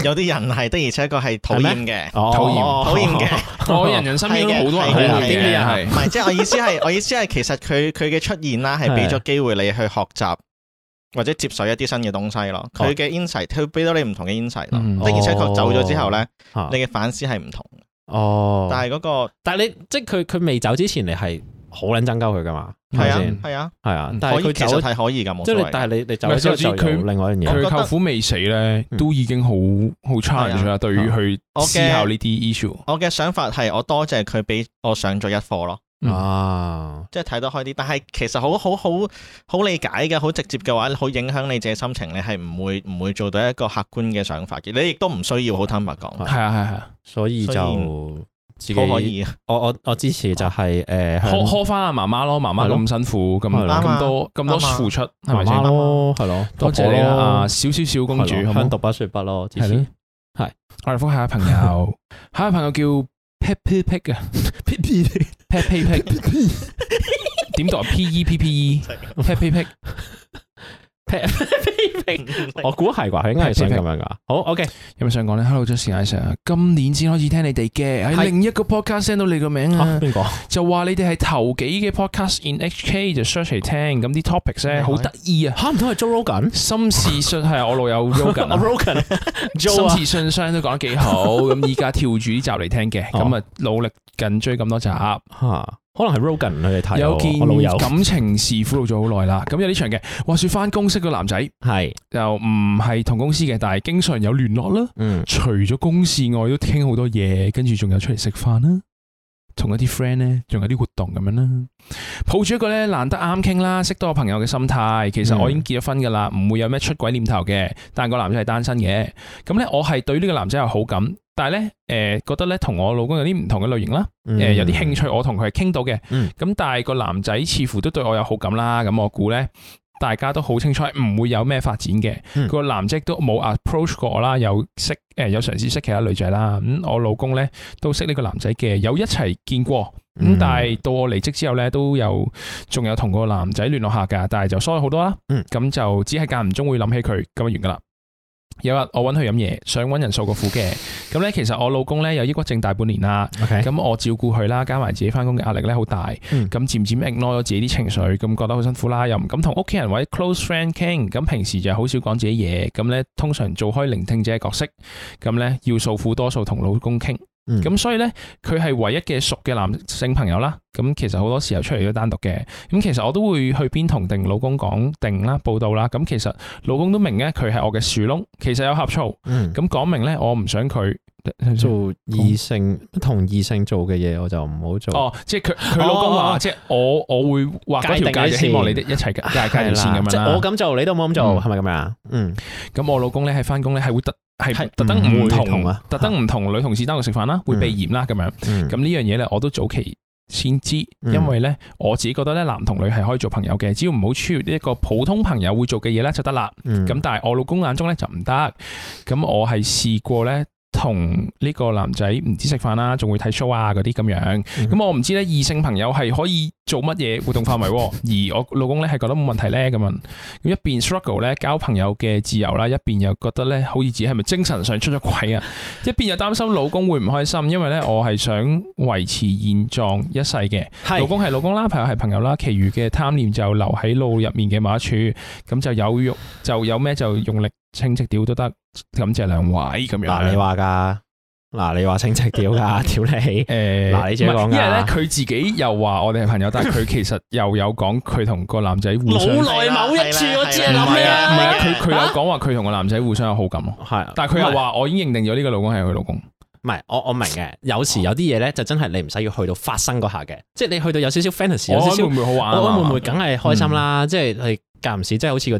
Speaker 2: 有啲人係的，而且確係討厭嘅，
Speaker 3: 哦
Speaker 1: 討厭
Speaker 2: 討厭嘅。
Speaker 1: 我 人人身邊都好多人
Speaker 2: 係嘅
Speaker 1: 好
Speaker 2: 係嘅
Speaker 1: 嘅
Speaker 3: 係
Speaker 2: 唔
Speaker 1: 係
Speaker 2: 係，即係我意思係， 我意思係其實佢佢嘅出現啦，係俾咗機會你去學習或者接受一啲新嘅東
Speaker 3: 哦
Speaker 2: 西咯。佢嘅 insight，佢俾到你唔同嘅 insight 咯。
Speaker 1: 嗯
Speaker 2: 的而且確走咗之後咧，
Speaker 3: 嚇
Speaker 2: 你嘅反思係唔同。
Speaker 3: 啊哦，
Speaker 2: 但係嗰個
Speaker 3: 但係你即係佢佢未走之前，你係好撚爭鳩佢噶嘛？係
Speaker 2: 係
Speaker 3: 咪
Speaker 2: 啊
Speaker 3: 先？
Speaker 2: 係啊，
Speaker 3: 係啊
Speaker 1: 嗯，
Speaker 3: 但
Speaker 2: 可
Speaker 3: 係
Speaker 2: 以
Speaker 3: 佢
Speaker 2: 其實
Speaker 3: 走，
Speaker 2: 係可以㗎，冇
Speaker 3: 即
Speaker 2: 所
Speaker 3: 係你
Speaker 2: 謂。
Speaker 3: 但係你你走
Speaker 1: 唔係
Speaker 3: 咗之
Speaker 1: 就
Speaker 3: 後
Speaker 1: 係
Speaker 3: 就
Speaker 1: 佢
Speaker 3: 有另外一樣
Speaker 2: 我覺
Speaker 3: 嘢。
Speaker 1: 佢
Speaker 2: 得
Speaker 1: 舅父未死咧，
Speaker 3: 嗯
Speaker 1: 都已經好好 challenge
Speaker 3: 啊
Speaker 1: 啦，對於去
Speaker 2: 我嘅
Speaker 1: 思考呢啲 issue。
Speaker 2: 我嘅想法係，我多謝佢俾我上咗一課咯，
Speaker 1: 嗯
Speaker 3: 啊，
Speaker 2: 即係睇得開啲。但係其實好好好好理解嘅，好直接嘅話，好影響你自己心情，你係唔會唔會做到一個客觀嘅想法嘅。你亦都唔需要好坦白講，
Speaker 1: 係啊係啊係啊，
Speaker 3: 所以
Speaker 2: 所
Speaker 3: 就自己
Speaker 2: 好可以。啊
Speaker 3: 我我我支持就係誒
Speaker 1: 呵
Speaker 3: 向
Speaker 1: 呵翻阿媽媽咯，媽媽
Speaker 3: 係咯
Speaker 1: 咁辛苦，咁
Speaker 3: 係咯
Speaker 1: 咁多咁多
Speaker 2: 啱啊
Speaker 1: 付出，係咪
Speaker 3: 媽
Speaker 1: 先
Speaker 3: 媽？咯，係咯，
Speaker 1: 多謝你
Speaker 3: 婆
Speaker 1: 啦，
Speaker 3: 咯
Speaker 1: 啊，小小小公主，
Speaker 3: 係
Speaker 1: 好唔
Speaker 3: 咯
Speaker 1: 好
Speaker 3: 向讀不說不咯，支
Speaker 1: 係
Speaker 3: 持
Speaker 1: 咯。我哋覆下一位朋 友，下一位朋友叫 Peppy Pig 啊
Speaker 3: P P
Speaker 1: ，Peppy Pig，點讀啊？P E P P E，Peppy Pig，
Speaker 3: 我估係啩，佢應該係想咁樣噶。好，OK，
Speaker 1: 有咩想講咧？Hello Justin Isaac 啊，今年先開始聽你哋嘅，喺
Speaker 3: 係哦
Speaker 1: 另一個 podcast 聽到你個名
Speaker 3: 嚇
Speaker 1: 啊，
Speaker 3: 邊個？
Speaker 1: 就話你哋係頭幾嘅 podcast in HK 就 search 嚟聽，咁啲 topics 咧好得意啊，
Speaker 3: 嚇唔通係 Joe Rogan？
Speaker 1: 心事信係我老友 Rogan 啊
Speaker 3: Rogan，Joe
Speaker 1: 心
Speaker 3: 啊，
Speaker 1: 事信箱都講得幾好，咁依家跳住呢集嚟聽嘅，
Speaker 3: 哦
Speaker 1: 咁啊努力緊追咁多集，
Speaker 3: 嚇，可能係 Rogan 佢哋睇喎
Speaker 1: 有
Speaker 3: 我老
Speaker 1: 件
Speaker 3: 友
Speaker 1: 感情事苦惱咗好耐啦，咁有啲長嘅，話說翻公司個男仔
Speaker 3: 係
Speaker 1: 又唔係同公司嘅，但係經常有聯絡啦，
Speaker 3: 嗯
Speaker 1: 除咗公事外都傾好多嘢，跟住仲有出嚟食飯啦。同一啲 friend 咧，仲有啲活動咁樣啦，抱住一個咧難得啱傾啦，識多個朋友嘅心態。其實我已經結咗婚噶啦，唔會有咩出軌念頭嘅。但個男仔係單身嘅，咁咧我係對呢個男仔有好感，但係咧誒覺得咧同我老公有啲唔同嘅類型啦，誒、
Speaker 3: 嗯
Speaker 1: 呃有啲興趣我同佢係傾到嘅，咁、
Speaker 3: 嗯
Speaker 1: 但係個男仔似乎都對我有好感啦，咁我估咧。大家都好清楚，唔會有咩發展嘅。
Speaker 3: 嗯
Speaker 1: 個、男仔都冇 approach 過我啦，有識誒、呃有嘗試識其他女仔啦。咁、我老公咧都識呢個男仔嘅，有一齊見過。咁、
Speaker 3: 嗯
Speaker 1: 但係到我離職之後咧，都有仲有同個男仔聯絡下㗎，但係就疏咗好多啦。
Speaker 3: 嗯
Speaker 1: 咁就只係間唔中會諗起佢咁就完㗎啦。有日我揾佢飲嘢，想揾人訴個苦嘅。咁咧，其實我老公咧有抑鬱症大半年啦。
Speaker 3: OK，
Speaker 1: 咁我照顧佢啦，加埋自己翻工嘅壓力咧好大，咁、
Speaker 3: 嗯
Speaker 1: 漸漸 ignore 咗自己啲情緒，咁覺得好辛苦啦，又唔敢同屋企人或者 close friend 傾，咁平時就好少講自己嘢，咁咧通常做開聆聽者嘅角色，咁咧要訴苦多數同老公傾，咁、
Speaker 3: 嗯
Speaker 1: 所以咧佢係唯一嘅熟嘅男性朋友啦，咁其實好多時候出嚟都單獨嘅，咁其實我都會去邊同定老公講定啦，報道啦，咁其實老公都明咧，佢係我嘅樹窿，其實有呷醋，
Speaker 3: 嗯
Speaker 1: 咁講明咧我唔想佢。
Speaker 3: 做異性同異性做嘅嘢，我就唔好做。
Speaker 1: 哦，即係佢佢老公
Speaker 3: 哦
Speaker 1: 話，即係我我會畫嗰
Speaker 3: 界
Speaker 1: 條
Speaker 3: 定
Speaker 1: 界，
Speaker 3: 底
Speaker 1: 就希望
Speaker 3: 線
Speaker 1: 你哋一 齊界界條
Speaker 3: 係啦
Speaker 1: 線咁
Speaker 3: 即
Speaker 1: 樣
Speaker 3: 係
Speaker 1: 啦。
Speaker 3: 我咁做，你都冇咁做，
Speaker 1: 嗯
Speaker 3: 係咪咁樣啊？嗯，
Speaker 1: 咁我老公咧喺翻工咧係會特係
Speaker 2: 係
Speaker 1: 特登
Speaker 3: 唔
Speaker 1: 唔
Speaker 3: 會
Speaker 1: 同
Speaker 3: 同啊嗯
Speaker 1: 特登唔同女同事單獨食飯啦，會避嫌啦咁樣。咁
Speaker 3: 咁
Speaker 1: 呢樣嘢咧，我都早期先知，
Speaker 3: 嗯
Speaker 1: 因為咧我自己覺得咧男同女係可以做朋友嘅，只要唔好超越一個普通朋友會做嘅嘢咧就得啦。
Speaker 3: 嗯
Speaker 1: 咁但係我老公眼中咧就唔得，咁我係試過咧同呢個男仔唔止食飯啦，仲會睇 show 啊嗰啲咁樣。
Speaker 3: 嗯
Speaker 1: 咁我唔知咧異性朋友係可以做乜嘢活動範圍喎，而我老公咧係覺得冇問題咧咁樣。咁一邊 struggle 咧交朋友嘅自由啦，一邊又覺得咧好似自己係咪精神上出咗軌啊？一邊又擔心老公會唔開心，因為咧我係想維持現狀一世嘅。老
Speaker 3: 係
Speaker 1: 公係老公啦，朋友係朋友啦，其餘嘅貪念就留喺腦入面嘅某一處，咁就有用就有咩就用力清晰屌都得，感謝兩位咁
Speaker 3: 嗱，你
Speaker 1: 樣。
Speaker 3: 話㗎，嗱，你話清晰屌㗎， 屌你，
Speaker 1: 誒
Speaker 3: 嗱你自己
Speaker 1: 唔係
Speaker 3: 講㗎
Speaker 1: 因為咧佢自己又話我哋係朋友，但係佢 其實又有講佢同個男仔互相，唔
Speaker 3: 腦
Speaker 1: 係
Speaker 3: 內某一處我知係
Speaker 1: 啊，唔
Speaker 3: 諗咩啊
Speaker 1: 係啊，佢佢有
Speaker 3: 啊
Speaker 1: 講話佢同個男仔互相有好感咯，
Speaker 3: 係，
Speaker 1: 但係佢又話我已經認定咗呢個老公係佢老公，
Speaker 3: 唔係，我我明嘅，有時有啲嘢咧就真係你唔使要去到發生嗰下嘅，即係你去到有少少 fantasy，有
Speaker 1: 我
Speaker 3: 少
Speaker 1: 會
Speaker 3: 少
Speaker 1: 唔，會好玩
Speaker 3: 我
Speaker 1: 啊？嗯
Speaker 3: 會唔會梗係開心啦？即係你間唔時，即係好似嗰啲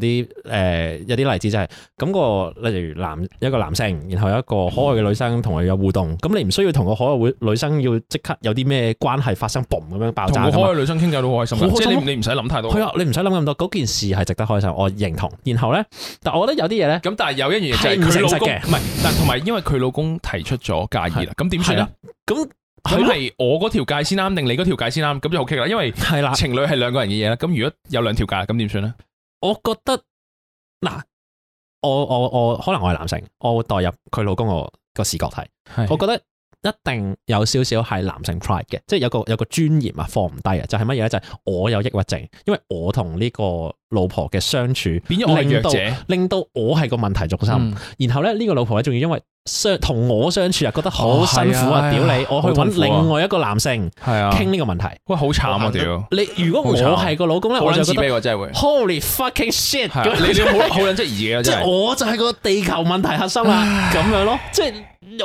Speaker 3: 誒有啲例子就係咁個，例如男一個男性，然後有一個可愛嘅女生同佢有互動，咁你唔需要同個可愛會女生要即刻有啲咩關係發生，嘣咁樣爆
Speaker 1: 同
Speaker 3: 炸
Speaker 1: 個
Speaker 3: 㗎嘛
Speaker 1: 開女生傾偈都好開心㗎，
Speaker 3: 好開
Speaker 1: 即
Speaker 3: 心
Speaker 1: 係
Speaker 3: 咯
Speaker 1: 你你唔使諗太多。
Speaker 3: 係啊，你唔使諗咁多，嗰件事係值得開心，我認同。然後咧，但我覺得有啲嘢咧，
Speaker 1: 咁但係有一樣嘢就係佢老公
Speaker 3: 係唔
Speaker 1: 唔係，但同埋因為佢老公提出咗介意啦，咁點算
Speaker 3: 係
Speaker 1: 咧
Speaker 3: 啦？，咁
Speaker 1: 咁
Speaker 3: 係咯
Speaker 1: 係我嗰條界先啱定你嗰條界先啱，咁就 OK 啦。因為
Speaker 3: 係啦，
Speaker 1: 情侶係兩個人嘅嘢啦，咁如果有兩條界，咁點算咧？
Speaker 3: 我覺得嗱，我我我可能我係男性，我會代入佢老公個個視角睇，我覺得一定有少少係男性 pride 嘅，即係有個有個尊嚴啊，放唔低啊，就係乜嘢咧？就係、我有抑鬱症，因為我同呢個老婆嘅相處
Speaker 1: 變咗我係
Speaker 3: 令
Speaker 1: 弱
Speaker 3: 到
Speaker 1: 者，
Speaker 3: 令到我係個問題中心。
Speaker 1: 嗯
Speaker 3: 然後咧，呢個老婆咧仲要因為相同我相處啊，覺得好辛苦
Speaker 1: 哦係啊
Speaker 3: 啊！屌你，我去
Speaker 1: 好痛
Speaker 3: 揾
Speaker 1: 苦啊
Speaker 3: 另外一個男性
Speaker 1: 係啊，
Speaker 3: 傾呢個問題。
Speaker 1: 喂，好慘啊屌！
Speaker 3: 你如果
Speaker 1: 好
Speaker 3: 我
Speaker 1: 慘
Speaker 3: 係個老公咧，
Speaker 1: 好
Speaker 3: 我就
Speaker 1: 撚自
Speaker 3: 覺得
Speaker 1: 卑喎，真係會。
Speaker 3: Holy fucking shit！
Speaker 1: 係啊
Speaker 3: 咁
Speaker 1: 你你 好好撚即係自己啊，
Speaker 3: 即
Speaker 1: 真
Speaker 3: 係
Speaker 1: 係。
Speaker 3: 我就係個地球問題核心啦，咁樣咯。即係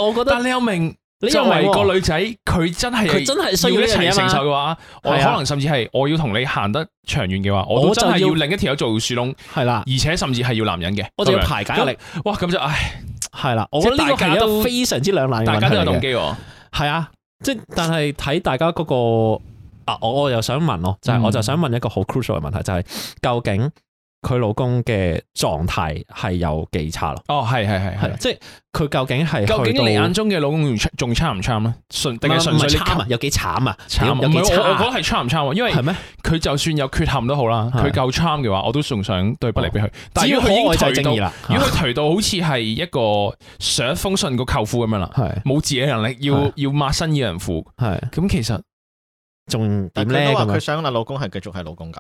Speaker 3: 我覺得
Speaker 1: 但你又明，
Speaker 3: 你
Speaker 1: 作
Speaker 3: 又
Speaker 1: 為
Speaker 3: 為
Speaker 1: 個女仔，佢真係
Speaker 3: 佢真係需要
Speaker 1: 要
Speaker 3: 呢
Speaker 1: 一齊
Speaker 3: 樣嘢
Speaker 1: 承
Speaker 3: 啊
Speaker 1: 受
Speaker 3: 嘛。
Speaker 1: 嘅話，我
Speaker 3: 係
Speaker 1: 可
Speaker 3: 啊
Speaker 1: 能甚至係我要同你行得長遠嘅話，我都
Speaker 3: 我就
Speaker 1: 真係要
Speaker 3: 要
Speaker 1: 另一條友做樹窿，
Speaker 3: 係啦，
Speaker 1: 而且甚至係要男人嘅。
Speaker 3: 我就要
Speaker 1: 咁樣
Speaker 3: 排解壓力。
Speaker 1: 哇，咁就唉，
Speaker 3: 係啦，我覺得呢
Speaker 1: 大
Speaker 3: 個係
Speaker 1: 家
Speaker 3: 一
Speaker 1: 都
Speaker 3: 個非常之兩難嘅
Speaker 1: 大
Speaker 3: 問題
Speaker 1: 家都有動
Speaker 3: 嚟嘅。
Speaker 1: 機喎。
Speaker 3: 係啊，即係但係睇大家嗰個啊，我我又想問咯，就係
Speaker 1: 嗯
Speaker 3: 我就想問一個好 crucial 嘅問題，就係究竟佢老公嘅狀態係有幾差咯？
Speaker 1: 哦，係係係
Speaker 3: 係
Speaker 1: 係
Speaker 3: 啦。即係佢究竟係
Speaker 1: 究
Speaker 3: 去
Speaker 1: 竟
Speaker 3: 到
Speaker 1: 你眼中嘅老公仲仲差唔差咧？純定係純
Speaker 3: 唔係
Speaker 1: 粹你
Speaker 3: 慘啊？有幾慘啊？
Speaker 1: 慘唔
Speaker 3: 有幾
Speaker 1: 係我我覺
Speaker 3: 慘
Speaker 1: 得係差唔差喎，因為
Speaker 3: 係咩？
Speaker 1: 佢就算有缺陷都好啦，
Speaker 3: 係哦
Speaker 1: 佢夠差嘅話，我都仲想對不離俾佢。但
Speaker 3: 只
Speaker 1: 係
Speaker 3: 要
Speaker 1: 如果佢
Speaker 3: 可
Speaker 1: 已
Speaker 3: 愛就係
Speaker 1: 經
Speaker 3: 正
Speaker 1: 頹
Speaker 3: 義
Speaker 1: 到，
Speaker 3: 啦，
Speaker 1: 如果佢頹到好似係一個上一封信個舅父咁樣啦，
Speaker 3: 係
Speaker 1: 冇自己能力，要
Speaker 3: 係
Speaker 1: 要抹身要人扶，
Speaker 3: 啊係啊
Speaker 1: 咁其實
Speaker 3: 仲
Speaker 2: 但
Speaker 3: 點
Speaker 2: 佢都
Speaker 3: 咧
Speaker 2: 話
Speaker 1: 啊
Speaker 3: 咁
Speaker 2: 佢
Speaker 3: 樣？
Speaker 2: 想啦，老公係繼續係老公㗎。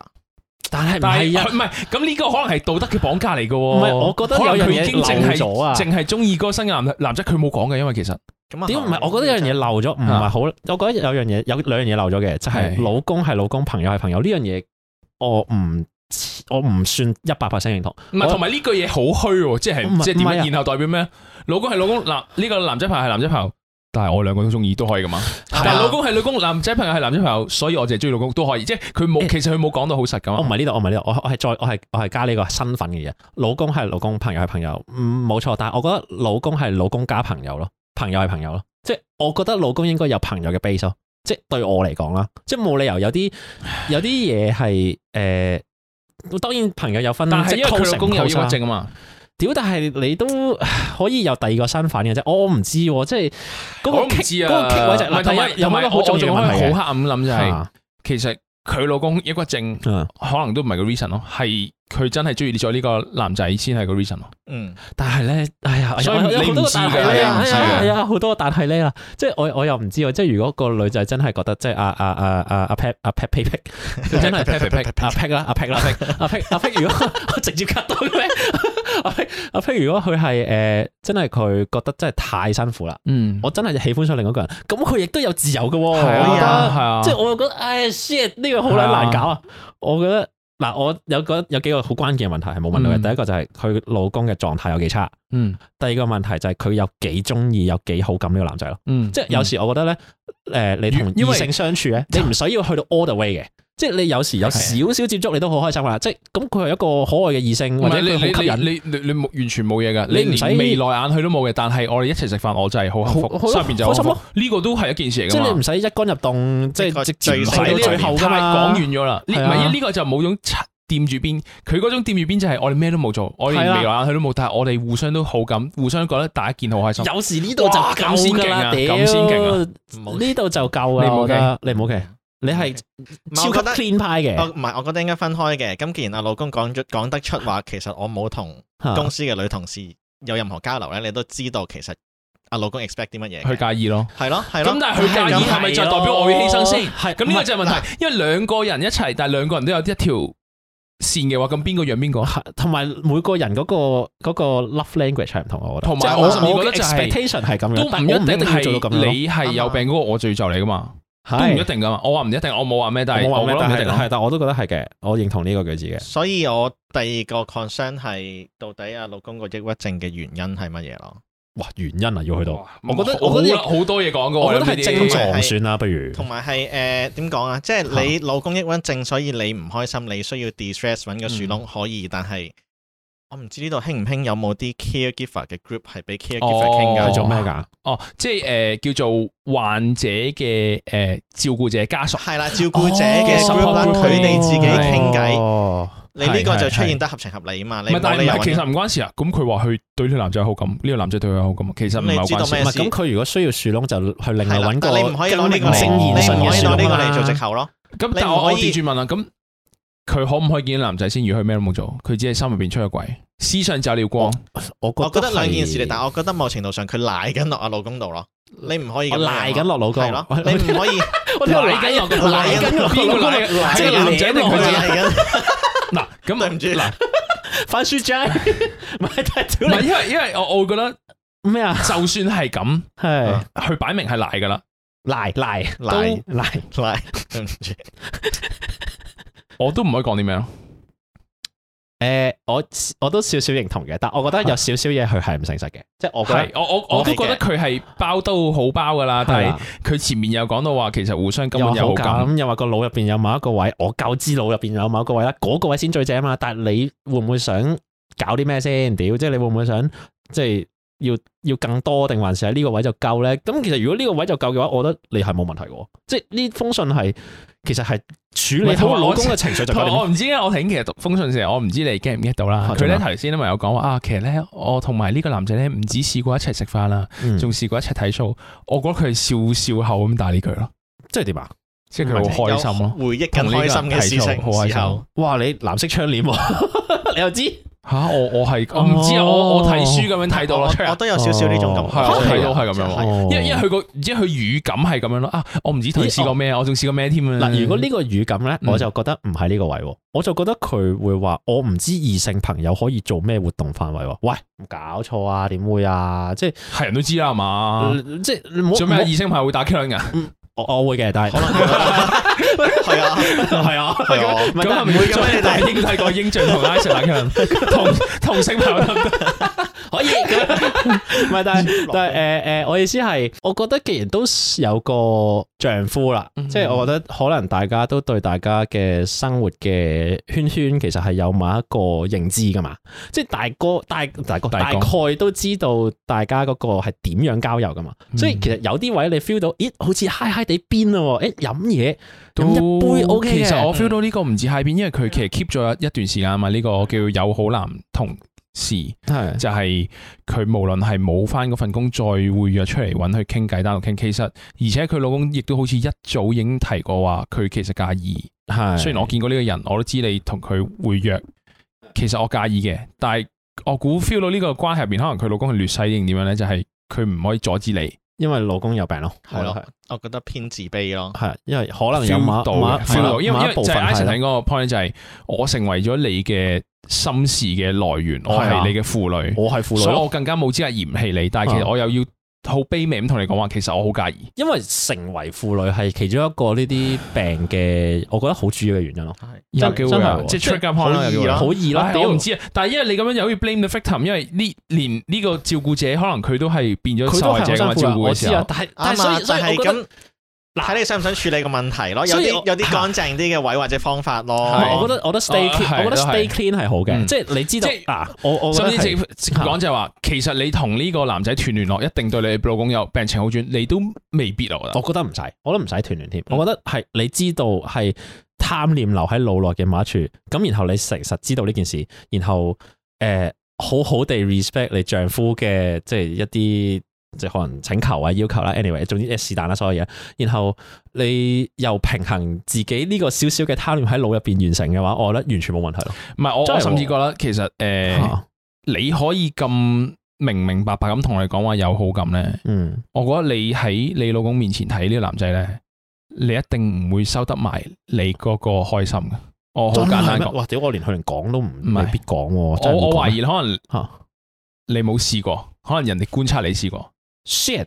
Speaker 3: 但係唔
Speaker 1: 但係
Speaker 3: 係啊
Speaker 1: 佢？唔係咁呢個可能係道德嘅綁架嚟嘅喎。
Speaker 3: 唔係，我覺得有樣
Speaker 1: 可能佢已
Speaker 3: 嘢
Speaker 1: 經淨
Speaker 3: 漏
Speaker 1: 係
Speaker 3: 咗啊！
Speaker 1: 淨係中意嗰個新嘅男男仔，佢冇講嘅，因為其實
Speaker 2: 咁啊，
Speaker 3: 點唔係？我覺得有樣嘢漏咗，唔係好。我覺得有樣嘢有兩樣嘢漏咗嘅，就係
Speaker 1: 啊係
Speaker 3: 老公係老公，朋友係朋友呢樣嘢，我唔我唔算一百 percent 認同。
Speaker 1: 唔係，
Speaker 3: 我
Speaker 1: 同埋呢句嘢好虛喎，即
Speaker 3: 唔
Speaker 1: 係
Speaker 3: 係
Speaker 1: 即係點
Speaker 3: 唔係
Speaker 1: 樣？
Speaker 3: 啊
Speaker 1: 然後代表咩？老公係老公，男呢個男仔朋友係男仔朋友，但係我兩個都中意都可以噶嘛。
Speaker 3: 啊
Speaker 1: 但係老公係老公，男仔朋友係男仔朋友，所以我淨係中意老公都可以，即係佢冇
Speaker 3: 誒
Speaker 1: 其實佢冇講到好實噶
Speaker 3: 我唔
Speaker 1: 嘛。
Speaker 3: 係呢度，我唔係呢度，我我係再我係我係加呢個身份嘅嘢。老公係老公，朋友係朋友，嗯冇錯。但係我覺得老公係老公加朋友咯，朋友係朋友咯。即係我覺得老公應該有朋友嘅 base 咯。即係對我嚟講啦，即係冇理由有啲有啲嘢係誒。當然朋友有分，
Speaker 1: 但係
Speaker 3: 即
Speaker 1: 因為佢
Speaker 3: close
Speaker 1: 老公有
Speaker 3: and
Speaker 1: 抑
Speaker 3: close 啦
Speaker 1: 鬱症啊嘛，
Speaker 3: 屌！但係你都可以有第二個身份嘅啫，我我唔知喎，即係
Speaker 1: 我
Speaker 3: 嗰個
Speaker 1: 都唔
Speaker 3: kick
Speaker 1: 知
Speaker 3: 嗰個
Speaker 1: 啊。
Speaker 3: kick 位就
Speaker 1: 唔係
Speaker 3: 嗱，
Speaker 1: 同
Speaker 3: 同
Speaker 1: 埋
Speaker 3: 埋有
Speaker 1: 同
Speaker 3: 冇一
Speaker 1: 埋
Speaker 3: 個
Speaker 1: 好
Speaker 3: 好
Speaker 1: 重
Speaker 3: 重
Speaker 1: 要
Speaker 3: 要
Speaker 1: 好
Speaker 3: 問題
Speaker 1: 黑
Speaker 3: 嘅？
Speaker 1: 暗諗就係
Speaker 3: 嚇
Speaker 1: 其實佢老公抑鬱症
Speaker 3: 啊
Speaker 1: 可能都唔係個 reason 咯，係佢真係中意咗呢個男仔先係個 reason 咯。
Speaker 2: 嗯，
Speaker 3: 但係咧，哎呀，
Speaker 1: 所以
Speaker 3: 我有
Speaker 1: 你
Speaker 3: 好
Speaker 1: 唔
Speaker 3: 多個
Speaker 1: 知
Speaker 3: 但
Speaker 1: 㗎
Speaker 3: 係呢
Speaker 1: 你唔知
Speaker 3: 哎呀
Speaker 1: 㗎
Speaker 3: 係啊，好多個但係咧啦，即係我我又唔知喎，即係如果個女仔真係覺得即係阿啊阿阿阿阿 Pat 阿 Pat Pat Pat，佢真係 Pat Pat Pat 阿 Pat 啦，阿 Pat 啦，阿 Pat 阿 Pat，如果我直接 cut 到嘅咩？阿 Pat 阿 Pat，如果佢係誒真係佢覺得真係太辛苦啦，
Speaker 1: 嗯，
Speaker 3: 我真係喜歡上另一個人，咁佢亦都有自由嘅喎，
Speaker 1: 係
Speaker 3: 我覺得
Speaker 1: 啊，係啊，
Speaker 3: 即係我又覺得，唉，shit 呢個好撚難搞啊！我覺得嗱，我有覺得有幾個好關鍵嘅問題係冇問到嘅。
Speaker 1: 嗯
Speaker 3: 第一個就係佢老公嘅狀態有幾差，
Speaker 1: 嗯
Speaker 3: 第二個問題就係佢有幾中意、有幾好感呢個男仔咯。
Speaker 1: 嗯，
Speaker 3: 即係有時我覺得咧，誒，你同
Speaker 1: 因
Speaker 3: 異
Speaker 1: 為
Speaker 3: 性相處咧，你唔需要去到 all the way 嘅。即係你有時有少少接觸，你都好開心噶啦。即係咁，佢係一個可愛嘅異性，
Speaker 1: 唔
Speaker 3: 或者
Speaker 1: 係
Speaker 3: 佢好吸
Speaker 1: 你
Speaker 3: 引。
Speaker 1: 你你你你冇完全冇嘢噶，
Speaker 3: 你唔
Speaker 1: 你
Speaker 3: 使
Speaker 1: 連眉來眼去都冇嘅。但係我哋一齊食飯，我就係好幸
Speaker 3: 好
Speaker 1: 福，
Speaker 3: 好
Speaker 1: 身邊就好幸
Speaker 3: 開心
Speaker 1: 福
Speaker 3: 咯。
Speaker 1: 呢個都係一件事嚟
Speaker 3: 即
Speaker 1: 噶
Speaker 3: 係你
Speaker 1: 嘛
Speaker 3: 唔。使一竿入洞，即係直接
Speaker 2: 最
Speaker 3: 去
Speaker 2: 細
Speaker 3: 到
Speaker 2: 嘅
Speaker 3: 最後㗎
Speaker 1: 太
Speaker 3: 嘛。
Speaker 1: 講完咗啦，呢
Speaker 3: 係
Speaker 1: 唔
Speaker 3: 啊
Speaker 1: 係呢個就冇種掂住邊，佢嗰種掂住邊就係我哋咩都冇做，我哋
Speaker 3: 係
Speaker 1: 連
Speaker 3: 啊
Speaker 1: 眉來眼去都冇，但係我哋互相都好感，互相覺得大家見好開心。
Speaker 3: 有時呢度就
Speaker 1: 哇咁先
Speaker 3: 夠㗎
Speaker 1: 勁
Speaker 3: 啦，
Speaker 1: 啊
Speaker 3: 屌
Speaker 1: 咁先勁啊
Speaker 3: 呢度就夠
Speaker 1: 你
Speaker 3: 啦，
Speaker 1: 唔
Speaker 3: 我
Speaker 1: OK？
Speaker 3: 覺得你唔 OK，你係
Speaker 2: 唔係
Speaker 3: 超
Speaker 2: 我
Speaker 3: 級
Speaker 2: 覺得
Speaker 3: clean 派嘅
Speaker 2: 我，
Speaker 1: 哦
Speaker 2: 唔係，我覺得應該分開嘅。咁既然阿老公講咗講得出話，其實我冇同
Speaker 3: 嚇
Speaker 2: 公司嘅女同事有任何交流咧，你都知道其實阿老公 expect 啲乜嘢嘅。
Speaker 1: 佢介意咯，
Speaker 2: 係咯，係咯。
Speaker 1: 咁但係佢介意
Speaker 2: 咁
Speaker 1: 係咪就代表我要犧牲先？
Speaker 3: 係
Speaker 1: 咁呢個
Speaker 3: 唔係
Speaker 1: 就係問題，因為兩個人一齊，但係兩個人都有一條線嘅話，咁邊個讓邊個？
Speaker 3: 係同埋每個人嗰個嗰個 love language 係唔同，啊我覺得。
Speaker 1: 同埋
Speaker 2: 就係
Speaker 1: 我
Speaker 2: 我
Speaker 1: 甚至覺
Speaker 3: 我
Speaker 1: 得
Speaker 3: 嘅
Speaker 1: 就係
Speaker 3: expectation 係咁樣，
Speaker 1: 都
Speaker 3: 但
Speaker 1: 唔
Speaker 3: 我唔
Speaker 1: 一
Speaker 3: 一
Speaker 1: 定
Speaker 3: 定要做到
Speaker 1: 係
Speaker 3: 咁樣咯。
Speaker 1: 你係有病嗰個我最就你噶嘛，都唔一定噶嘛。我話唔一定，我冇話咩，但係
Speaker 3: 我話
Speaker 1: 覺
Speaker 3: 咩？
Speaker 1: 得唔
Speaker 3: 但
Speaker 1: 一
Speaker 3: 係
Speaker 1: 定咯。
Speaker 3: 係，但我都覺得係嘅，我認同呢個句子嘅。
Speaker 2: 所以我第二個 concern 係到底阿老公個抑鬱症嘅原因係乜嘢咯？
Speaker 3: 哇，原因啊，要去到，
Speaker 1: 哇
Speaker 3: 我覺得
Speaker 1: 好
Speaker 3: 我覺得
Speaker 1: 好好多嘢講噶喎，
Speaker 3: 我覺得係
Speaker 1: 你
Speaker 3: 症
Speaker 1: 呢啲
Speaker 3: 狀算啦，不如。
Speaker 2: 同埋係誒點講啊？即係你老公抑鬱症，所以你唔開心，你需要 distress 揾個樹窿
Speaker 1: 嗯
Speaker 2: 可以，但係我唔知呢度興唔興有冇啲 caregiver 嘅 group 係俾 caregiver 傾
Speaker 1: 哦
Speaker 3: 係
Speaker 2: 㗎。
Speaker 3: 做咩㗎？
Speaker 1: 哦，即係诶叫做患者嘅诶照顧者家屬，
Speaker 2: 係啦， 照顧者嘅 group 啦，
Speaker 1: 哦
Speaker 2: 佢哋自己傾偈，
Speaker 3: 偈。
Speaker 2: 你呢個就
Speaker 1: 係係
Speaker 2: 出現得合情合理啊嘛。
Speaker 1: 唔
Speaker 2: 你
Speaker 1: 係，但
Speaker 2: 冇
Speaker 1: 係
Speaker 2: 理
Speaker 1: 唔
Speaker 2: 由
Speaker 1: 係，其實
Speaker 2: 揾
Speaker 1: 唔關事啊。咁佢話佢對呢個男仔有好感，呢個男仔對佢有好感，其實唔係有
Speaker 2: 你知道
Speaker 1: 關
Speaker 2: 咩
Speaker 1: 事。
Speaker 3: 唔係咁，佢如果需要樹窿，就去另外
Speaker 2: 係啦
Speaker 3: 揾個
Speaker 2: 但你唔可以攞呢個嚟，
Speaker 3: 更令
Speaker 1: 正義
Speaker 2: 你
Speaker 1: 信
Speaker 2: 唔
Speaker 1: 嘅
Speaker 2: 可以
Speaker 1: 樹
Speaker 2: 攞呢
Speaker 1: 窿
Speaker 2: 個
Speaker 1: 啊
Speaker 2: 嚟做藉口咯。
Speaker 1: 咁
Speaker 2: 你
Speaker 1: 但
Speaker 2: 唔
Speaker 1: 係我我
Speaker 2: 可以
Speaker 1: 調轉問啦，咁佢可唔可以見到男仔先，如果佢咩都冇做，佢只係心入邊出咗軌，思想就了光。
Speaker 3: 我
Speaker 2: 我覺得兩件事嚟，但
Speaker 3: 打
Speaker 2: 係我覺得某程度上佢賴緊落阿老公度咯。你唔可以咁
Speaker 3: 我
Speaker 2: 樣啊
Speaker 3: 賴緊落老公，
Speaker 2: 係咯，你唔可 以
Speaker 3: 我
Speaker 1: 呢度賴緊落個老公
Speaker 3: 賴緊落
Speaker 1: 邊個
Speaker 3: 個
Speaker 1: 賴
Speaker 3: 老公，
Speaker 1: 即係男仔定佢
Speaker 2: 佢
Speaker 1: 自己
Speaker 2: 賴緊。
Speaker 1: 嗱，咁
Speaker 2: 對唔住
Speaker 1: 嗱，
Speaker 3: 番薯仔， 唔係但係
Speaker 1: 唔
Speaker 3: 屌
Speaker 1: 係因為因為我我會覺得，
Speaker 3: 你咩啊？
Speaker 1: 就算係咁，
Speaker 3: 係
Speaker 1: 佢擺明係賴噶啦。
Speaker 3: 賴賴
Speaker 2: 啊賴
Speaker 3: 賴，
Speaker 2: 賴，對唔住。
Speaker 1: 我都唔可以講啲咩咯。
Speaker 3: 誒我我都少少認同嘅，但我覺得有少少嘢佢係唔誠實嘅，即係我覺
Speaker 1: 係
Speaker 3: 得，
Speaker 1: 我我我都
Speaker 2: 我係嘅
Speaker 1: 覺得佢係包都好包噶啦，但係佢前面有講到話，其實互相根
Speaker 3: 有
Speaker 1: 本有
Speaker 3: 好
Speaker 1: 好感。
Speaker 3: 感，又話個腦入邊有某一個位，我夠知腦入邊有某一個位啦，嗰個位先最正啊嘛。但係你會唔會想搞啲咩先？屌，即係你會唔會想即係要要更多定還是喺呢個位就夠咧？咁其實如果呢個位就夠嘅話，我覺得你係冇問題嘅喎。即係呢封信係其實係處理
Speaker 1: 唔
Speaker 3: 好
Speaker 1: 係同埋我
Speaker 3: 老公嘅情緒就
Speaker 1: 同
Speaker 3: 夠
Speaker 1: 埋
Speaker 3: 你。
Speaker 1: 我唔知咧，我睇其實讀封信時候，我唔知你 get 唔 get 到啦
Speaker 3: 啊。
Speaker 1: 佢
Speaker 3: 做
Speaker 1: 咧
Speaker 3: 咩
Speaker 1: 頭先因為有講話啊，其實咧我同埋呢個男仔咧唔止試過一齊食飯啦，
Speaker 3: 嗯
Speaker 1: 仲試過一齊睇 show。我覺得佢係笑笑口咁打呢句咯，
Speaker 3: 即係點啊？
Speaker 1: 即係佢好開心咯。
Speaker 2: 有回憶緊開心嘅事情
Speaker 1: 同呢個人睇
Speaker 2: 時
Speaker 1: 到
Speaker 2: 候，
Speaker 3: 哇！你藍色窗簾喎， 你又知
Speaker 1: 吓，我我係我唔知啊，
Speaker 3: 哦
Speaker 1: 我我睇書咁樣睇到
Speaker 2: 我
Speaker 1: 啦，出
Speaker 2: 我我
Speaker 1: 嚟
Speaker 2: 都有少少呢種感覺，
Speaker 1: 係我睇到係咁樣
Speaker 3: 哦啊
Speaker 2: 係
Speaker 1: 喎。因為因為佢個因為佢語感係咁樣咯啊，我唔止同你試過咩，我仲試過咩添啊。
Speaker 3: 哦嗱，如果呢個語感咧，
Speaker 1: 嗯
Speaker 3: 我就覺得唔係呢個位喎，我就覺得佢會話我唔知異性朋友可以做咩活動範圍喎。喂，唔搞錯啊，點會啊？即係
Speaker 1: 係人都知啦，係嘛？
Speaker 3: 即係你唔好
Speaker 1: 啊做咩啊
Speaker 3: 唔好
Speaker 1: 異性朋友會打 K 輪噶？
Speaker 3: 我我會嘅，但係
Speaker 2: 係啊，
Speaker 3: 係啊，
Speaker 2: 係啊
Speaker 3: 唔係
Speaker 1: 咁係咪
Speaker 2: 唔會
Speaker 1: 會
Speaker 2: 咁咩
Speaker 1: 做？
Speaker 2: 你
Speaker 1: 但
Speaker 2: 哋
Speaker 1: 係英睇過英俊同 i s 打 K 輪，同同性朋友得唔得？
Speaker 3: 可 以，唔係但係但係誒誒，我意思係，我覺得既然都有個丈夫啦，
Speaker 1: 嗯
Speaker 3: 即係我覺得可能大家都對大家嘅生活嘅圈圈其實係有某一個認知噶嘛，即係大哥大大哥
Speaker 1: 大
Speaker 3: 大
Speaker 1: 哥
Speaker 3: 概都知道大家嗰個係點樣交友噶嘛，所以其實有啲位你 feel 到，咦，好似嗨嗨地邊咯喎，誒飲嘢飲一杯 OK
Speaker 1: 其實
Speaker 3: 嘅，
Speaker 1: 我 feel 到呢個唔止喺邊，因為佢其實 keep 咗一段時間啊嘛。呢個叫友好男同事，
Speaker 3: 係
Speaker 1: 就係佢無論係冇翻嗰份工，再會約出嚟揾佢傾偈，單獨傾。其實而且佢老公亦都好似一早已經提過話，佢其實介意
Speaker 3: 係
Speaker 1: 雖然我見過呢個人，我都知你同佢會約，其實我介意嘅，但係我估 feel 到呢個關係入邊，可能佢老公係劣勢定點樣咧，就係佢唔可以阻止你
Speaker 3: 因為老公有病咯，
Speaker 2: 係咯
Speaker 3: 我覺得
Speaker 2: 我覺得偏自卑咯。
Speaker 3: 係，係因為可能有
Speaker 1: feel
Speaker 3: 某
Speaker 1: 到
Speaker 3: 某
Speaker 1: 嘅，feel 到，因為
Speaker 3: 某
Speaker 1: 因
Speaker 3: 一
Speaker 1: 為
Speaker 3: 部
Speaker 1: 就
Speaker 3: 分
Speaker 1: 係 Ish
Speaker 3: 係
Speaker 1: 睇嗰個 point 就係我成為咗你嘅心事嘅來源，我
Speaker 3: 係啊
Speaker 1: 係你嘅負累，
Speaker 3: 我係負
Speaker 1: 所
Speaker 3: 累
Speaker 1: 以
Speaker 3: 咯，
Speaker 1: 我更加冇資格嫌棄你，但係其實
Speaker 3: 啊
Speaker 1: 我又要好卑微咁同你講話，其實我好介意。
Speaker 3: 因為成為負累係其中一個呢啲病嘅，我覺得好主要嘅原因咯。
Speaker 2: 係
Speaker 1: 有機會
Speaker 3: 真係
Speaker 1: 啊
Speaker 3: 喎
Speaker 1: 即係 trigger point 啦，
Speaker 2: 好
Speaker 1: 有機
Speaker 2: 易
Speaker 1: 會
Speaker 2: 啦
Speaker 3: 好易啦，
Speaker 1: 唉
Speaker 3: 屌
Speaker 1: 我唔知啊，但係因為你咁樣又可以 blame the victim，因為呢連呢個照顧者可能佢都係變咗
Speaker 3: 佢
Speaker 1: 受
Speaker 3: 都
Speaker 1: 害者
Speaker 3: 係
Speaker 1: 㗎嘛，
Speaker 3: 好辛
Speaker 1: 照
Speaker 3: 苦啊，
Speaker 1: 顧
Speaker 3: 我
Speaker 1: 嘅時
Speaker 3: 知啊
Speaker 1: 候，。
Speaker 3: 但係
Speaker 2: 啱
Speaker 3: 但係所
Speaker 2: 啊
Speaker 3: 以，所
Speaker 2: 但
Speaker 3: 以
Speaker 2: 係
Speaker 3: 我覺得
Speaker 2: 咁。睇你想唔想處理個問題咯，有
Speaker 3: 所以我
Speaker 2: 啲有啲乾淨啲嘅委或者方法
Speaker 3: 唔
Speaker 2: 咯。
Speaker 3: 係啊我覺得我覺得 stay
Speaker 1: 哦
Speaker 3: clean，
Speaker 1: 係
Speaker 3: 我覺得
Speaker 1: 都係
Speaker 3: stay clean 係好嘅，
Speaker 1: 嗯
Speaker 3: 即係你知道啊
Speaker 1: 即係
Speaker 3: 嗱，我我覺
Speaker 1: 甚
Speaker 3: 得
Speaker 1: 至
Speaker 3: 係
Speaker 1: 直直講就係啊話，其實你同呢個男仔斷聯絡，一定對你老公有病情好轉，你都未必啊，我覺
Speaker 3: 我
Speaker 1: 得。
Speaker 3: 覺得唔使，我都唔使團聯添。我覺得係你知道係貪念留喺腦內嘅某一處，咁然後你誠實知道呢件事，然後誒、呃好好地 respect 你丈夫嘅即係一啲即係可能請求啊要求啦，anyway，總之是但啦所有嘢，然後你又平衡自己呢個少少嘅貪念喺腦入邊完成嘅話，我覺得完全冇問題咯。
Speaker 1: 唔係我
Speaker 3: 真係
Speaker 1: 我
Speaker 3: 喎
Speaker 1: 甚至覺得其實誒，
Speaker 3: 嚇
Speaker 1: 你可以咁明明白白咁同我哋講話有好感咧，
Speaker 3: 嗯，
Speaker 1: 我覺得你喺你老公面前睇呢個男仔咧，你一定唔會收得埋你嗰個開心嘅。我好
Speaker 3: 真係
Speaker 1: 簡單
Speaker 3: 咩
Speaker 1: 講，
Speaker 3: 哇！屌，我連佢連講都唔
Speaker 1: 唔係
Speaker 3: 未必講喎。真
Speaker 1: 我
Speaker 3: 係冇
Speaker 1: 我懷
Speaker 3: 講
Speaker 1: 疑可能
Speaker 3: 嚇
Speaker 1: 你冇試過，可能人哋觀察你試過。
Speaker 3: shit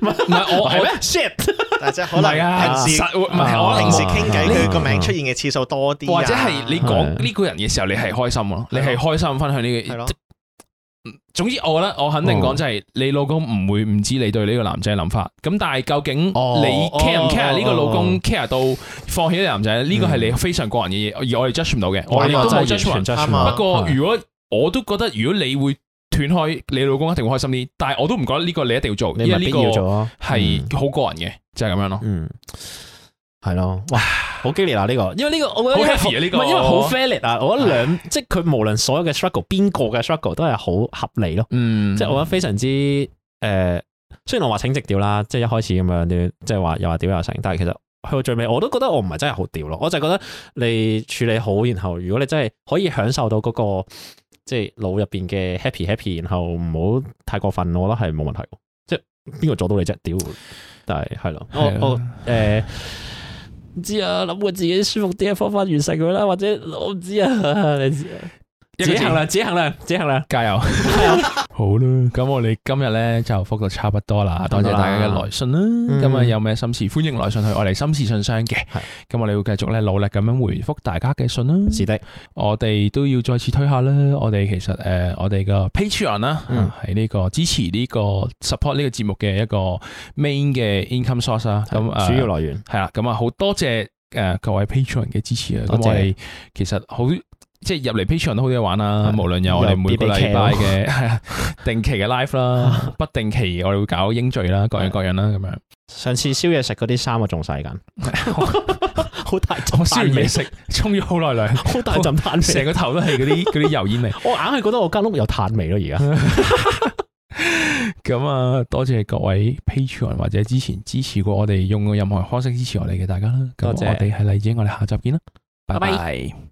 Speaker 1: 唔係我
Speaker 3: 哦係咩 shit
Speaker 2: 但係即係
Speaker 1: 可
Speaker 2: 可
Speaker 1: 能
Speaker 2: 能
Speaker 1: 啊，
Speaker 2: 平時
Speaker 1: 實會唔係
Speaker 3: 啊
Speaker 1: 我
Speaker 2: 平時
Speaker 1: 平
Speaker 2: 傾偈
Speaker 3: 啊
Speaker 2: 佢個名出現嘅次數多啲啊，
Speaker 1: 或者係你講
Speaker 3: 係
Speaker 1: 呢個人嘅時候，你係開心咯，你係
Speaker 2: 係
Speaker 1: 開心分享呢
Speaker 2: 係
Speaker 1: 個
Speaker 2: 咯。
Speaker 1: 總之，我覺得我肯定
Speaker 3: 哦
Speaker 1: 講就係你老公唔會唔知你對呢個男仔嘅諗法。咁但係究竟你
Speaker 3: 哦
Speaker 1: care 唔 care
Speaker 3: 哦
Speaker 1: 呢個老
Speaker 3: 哦嗯
Speaker 1: 公 care 到放棄呢個男仔？呢個係你非常個人嘅嘢，而我哋 judge 唔到嘅，我哋
Speaker 2: 啱啊
Speaker 1: 都冇
Speaker 3: 真係
Speaker 1: judge
Speaker 3: 完全 judge
Speaker 2: 唔到
Speaker 1: 不過
Speaker 3: 係
Speaker 1: 如果我都覺得，如果你會斷開，你老公一定會開心啲。但係我都唔覺得呢個你一定要做，
Speaker 3: 你
Speaker 1: 因為
Speaker 3: 咪
Speaker 1: 呢
Speaker 3: 必
Speaker 1: 個
Speaker 3: 要咗啊嗯
Speaker 1: 係好個人嘅，就係咁樣咯。
Speaker 3: 嗯，系咯，哇，好激烈啊呢個，因為呢個我覺
Speaker 1: 好
Speaker 3: 得
Speaker 1: heavy 啊呢個
Speaker 3: 唔係因為好 valid 啊，我覺得兩即係佢無論所有嘅 struggle，邊個嘅 struggle 都係好合理咯，
Speaker 1: 嗯，
Speaker 3: 即係我覺得非常之誒，雖然我話請直調啦，即係一開始咁樣，即係話又話屌又成，但係其實去到最尾我都覺得我唔係真係好屌咯，我就係覺得你處理好，然後如果你真係可以享受到嗰個即係腦入邊嘅 happy happy，然後唔好太過分，我覺得係冇問題喎，即係邊個阻到你啫？屌！但係係咯，我
Speaker 1: 係咯
Speaker 3: 我誒唔知啊，諗過自己舒服啲嘅方法完成佢啦，或者我唔知啊，你知啊
Speaker 1: 一
Speaker 3: 自
Speaker 1: 個字
Speaker 3: 己衡量，自己衡量，自己衡量。
Speaker 1: 加 油！好啦，咁我哋今日咧就覆到差不多啦，多謝大家嘅來信啦。
Speaker 3: 嗯
Speaker 1: 咁啊，有咩心事歡迎來信去我哋心事信箱嘅
Speaker 3: 係。
Speaker 1: 咁我哋會繼續咧努力咁樣回覆大家嘅信啦。
Speaker 3: 是的，
Speaker 1: 我哋都要再次推下啦。我哋其實誒、呃我哋嘅 Patreon 啦，
Speaker 3: 嗯
Speaker 1: 係呢、個支持呢、個 support 呢個節目嘅一個 main 嘅 income source 啦。咁誒
Speaker 3: 主要來源
Speaker 1: 係啦，咁啊好多謝誒、呃各位 Patreon 嘅支持啊！
Speaker 3: 多謝
Speaker 1: 咁我哋其實好即係入嚟 Patreon 都好多嘢玩啦，
Speaker 3: 係
Speaker 1: 無論啊有我哋
Speaker 3: 有
Speaker 1: 每個
Speaker 3: BBQ
Speaker 1: 禮拜嘅 係啊定期嘅 live 啦，不定期我哋會搞英聚啦，各樣各樣啦咁樣。
Speaker 3: 上次宵夜食嗰啲衫我仲洗緊， 好大陣
Speaker 1: 我燒完
Speaker 3: 炭味
Speaker 1: 嘢， 食，沖咗好耐涼，
Speaker 3: 好大陣 炭
Speaker 1: 成
Speaker 3: 味，
Speaker 1: 個頭都係嗰啲嗰啲油煙味。
Speaker 3: 我硬係覺得我間屋有炭味咯，而家
Speaker 1: 咁啊，多謝各位 Patreon 或者之前支持過我哋用過任何方式支持我哋嘅大家啦。咁
Speaker 3: 多謝
Speaker 1: 我哋係荔枝，我哋下集見啦，
Speaker 3: 拜拜
Speaker 1: 拜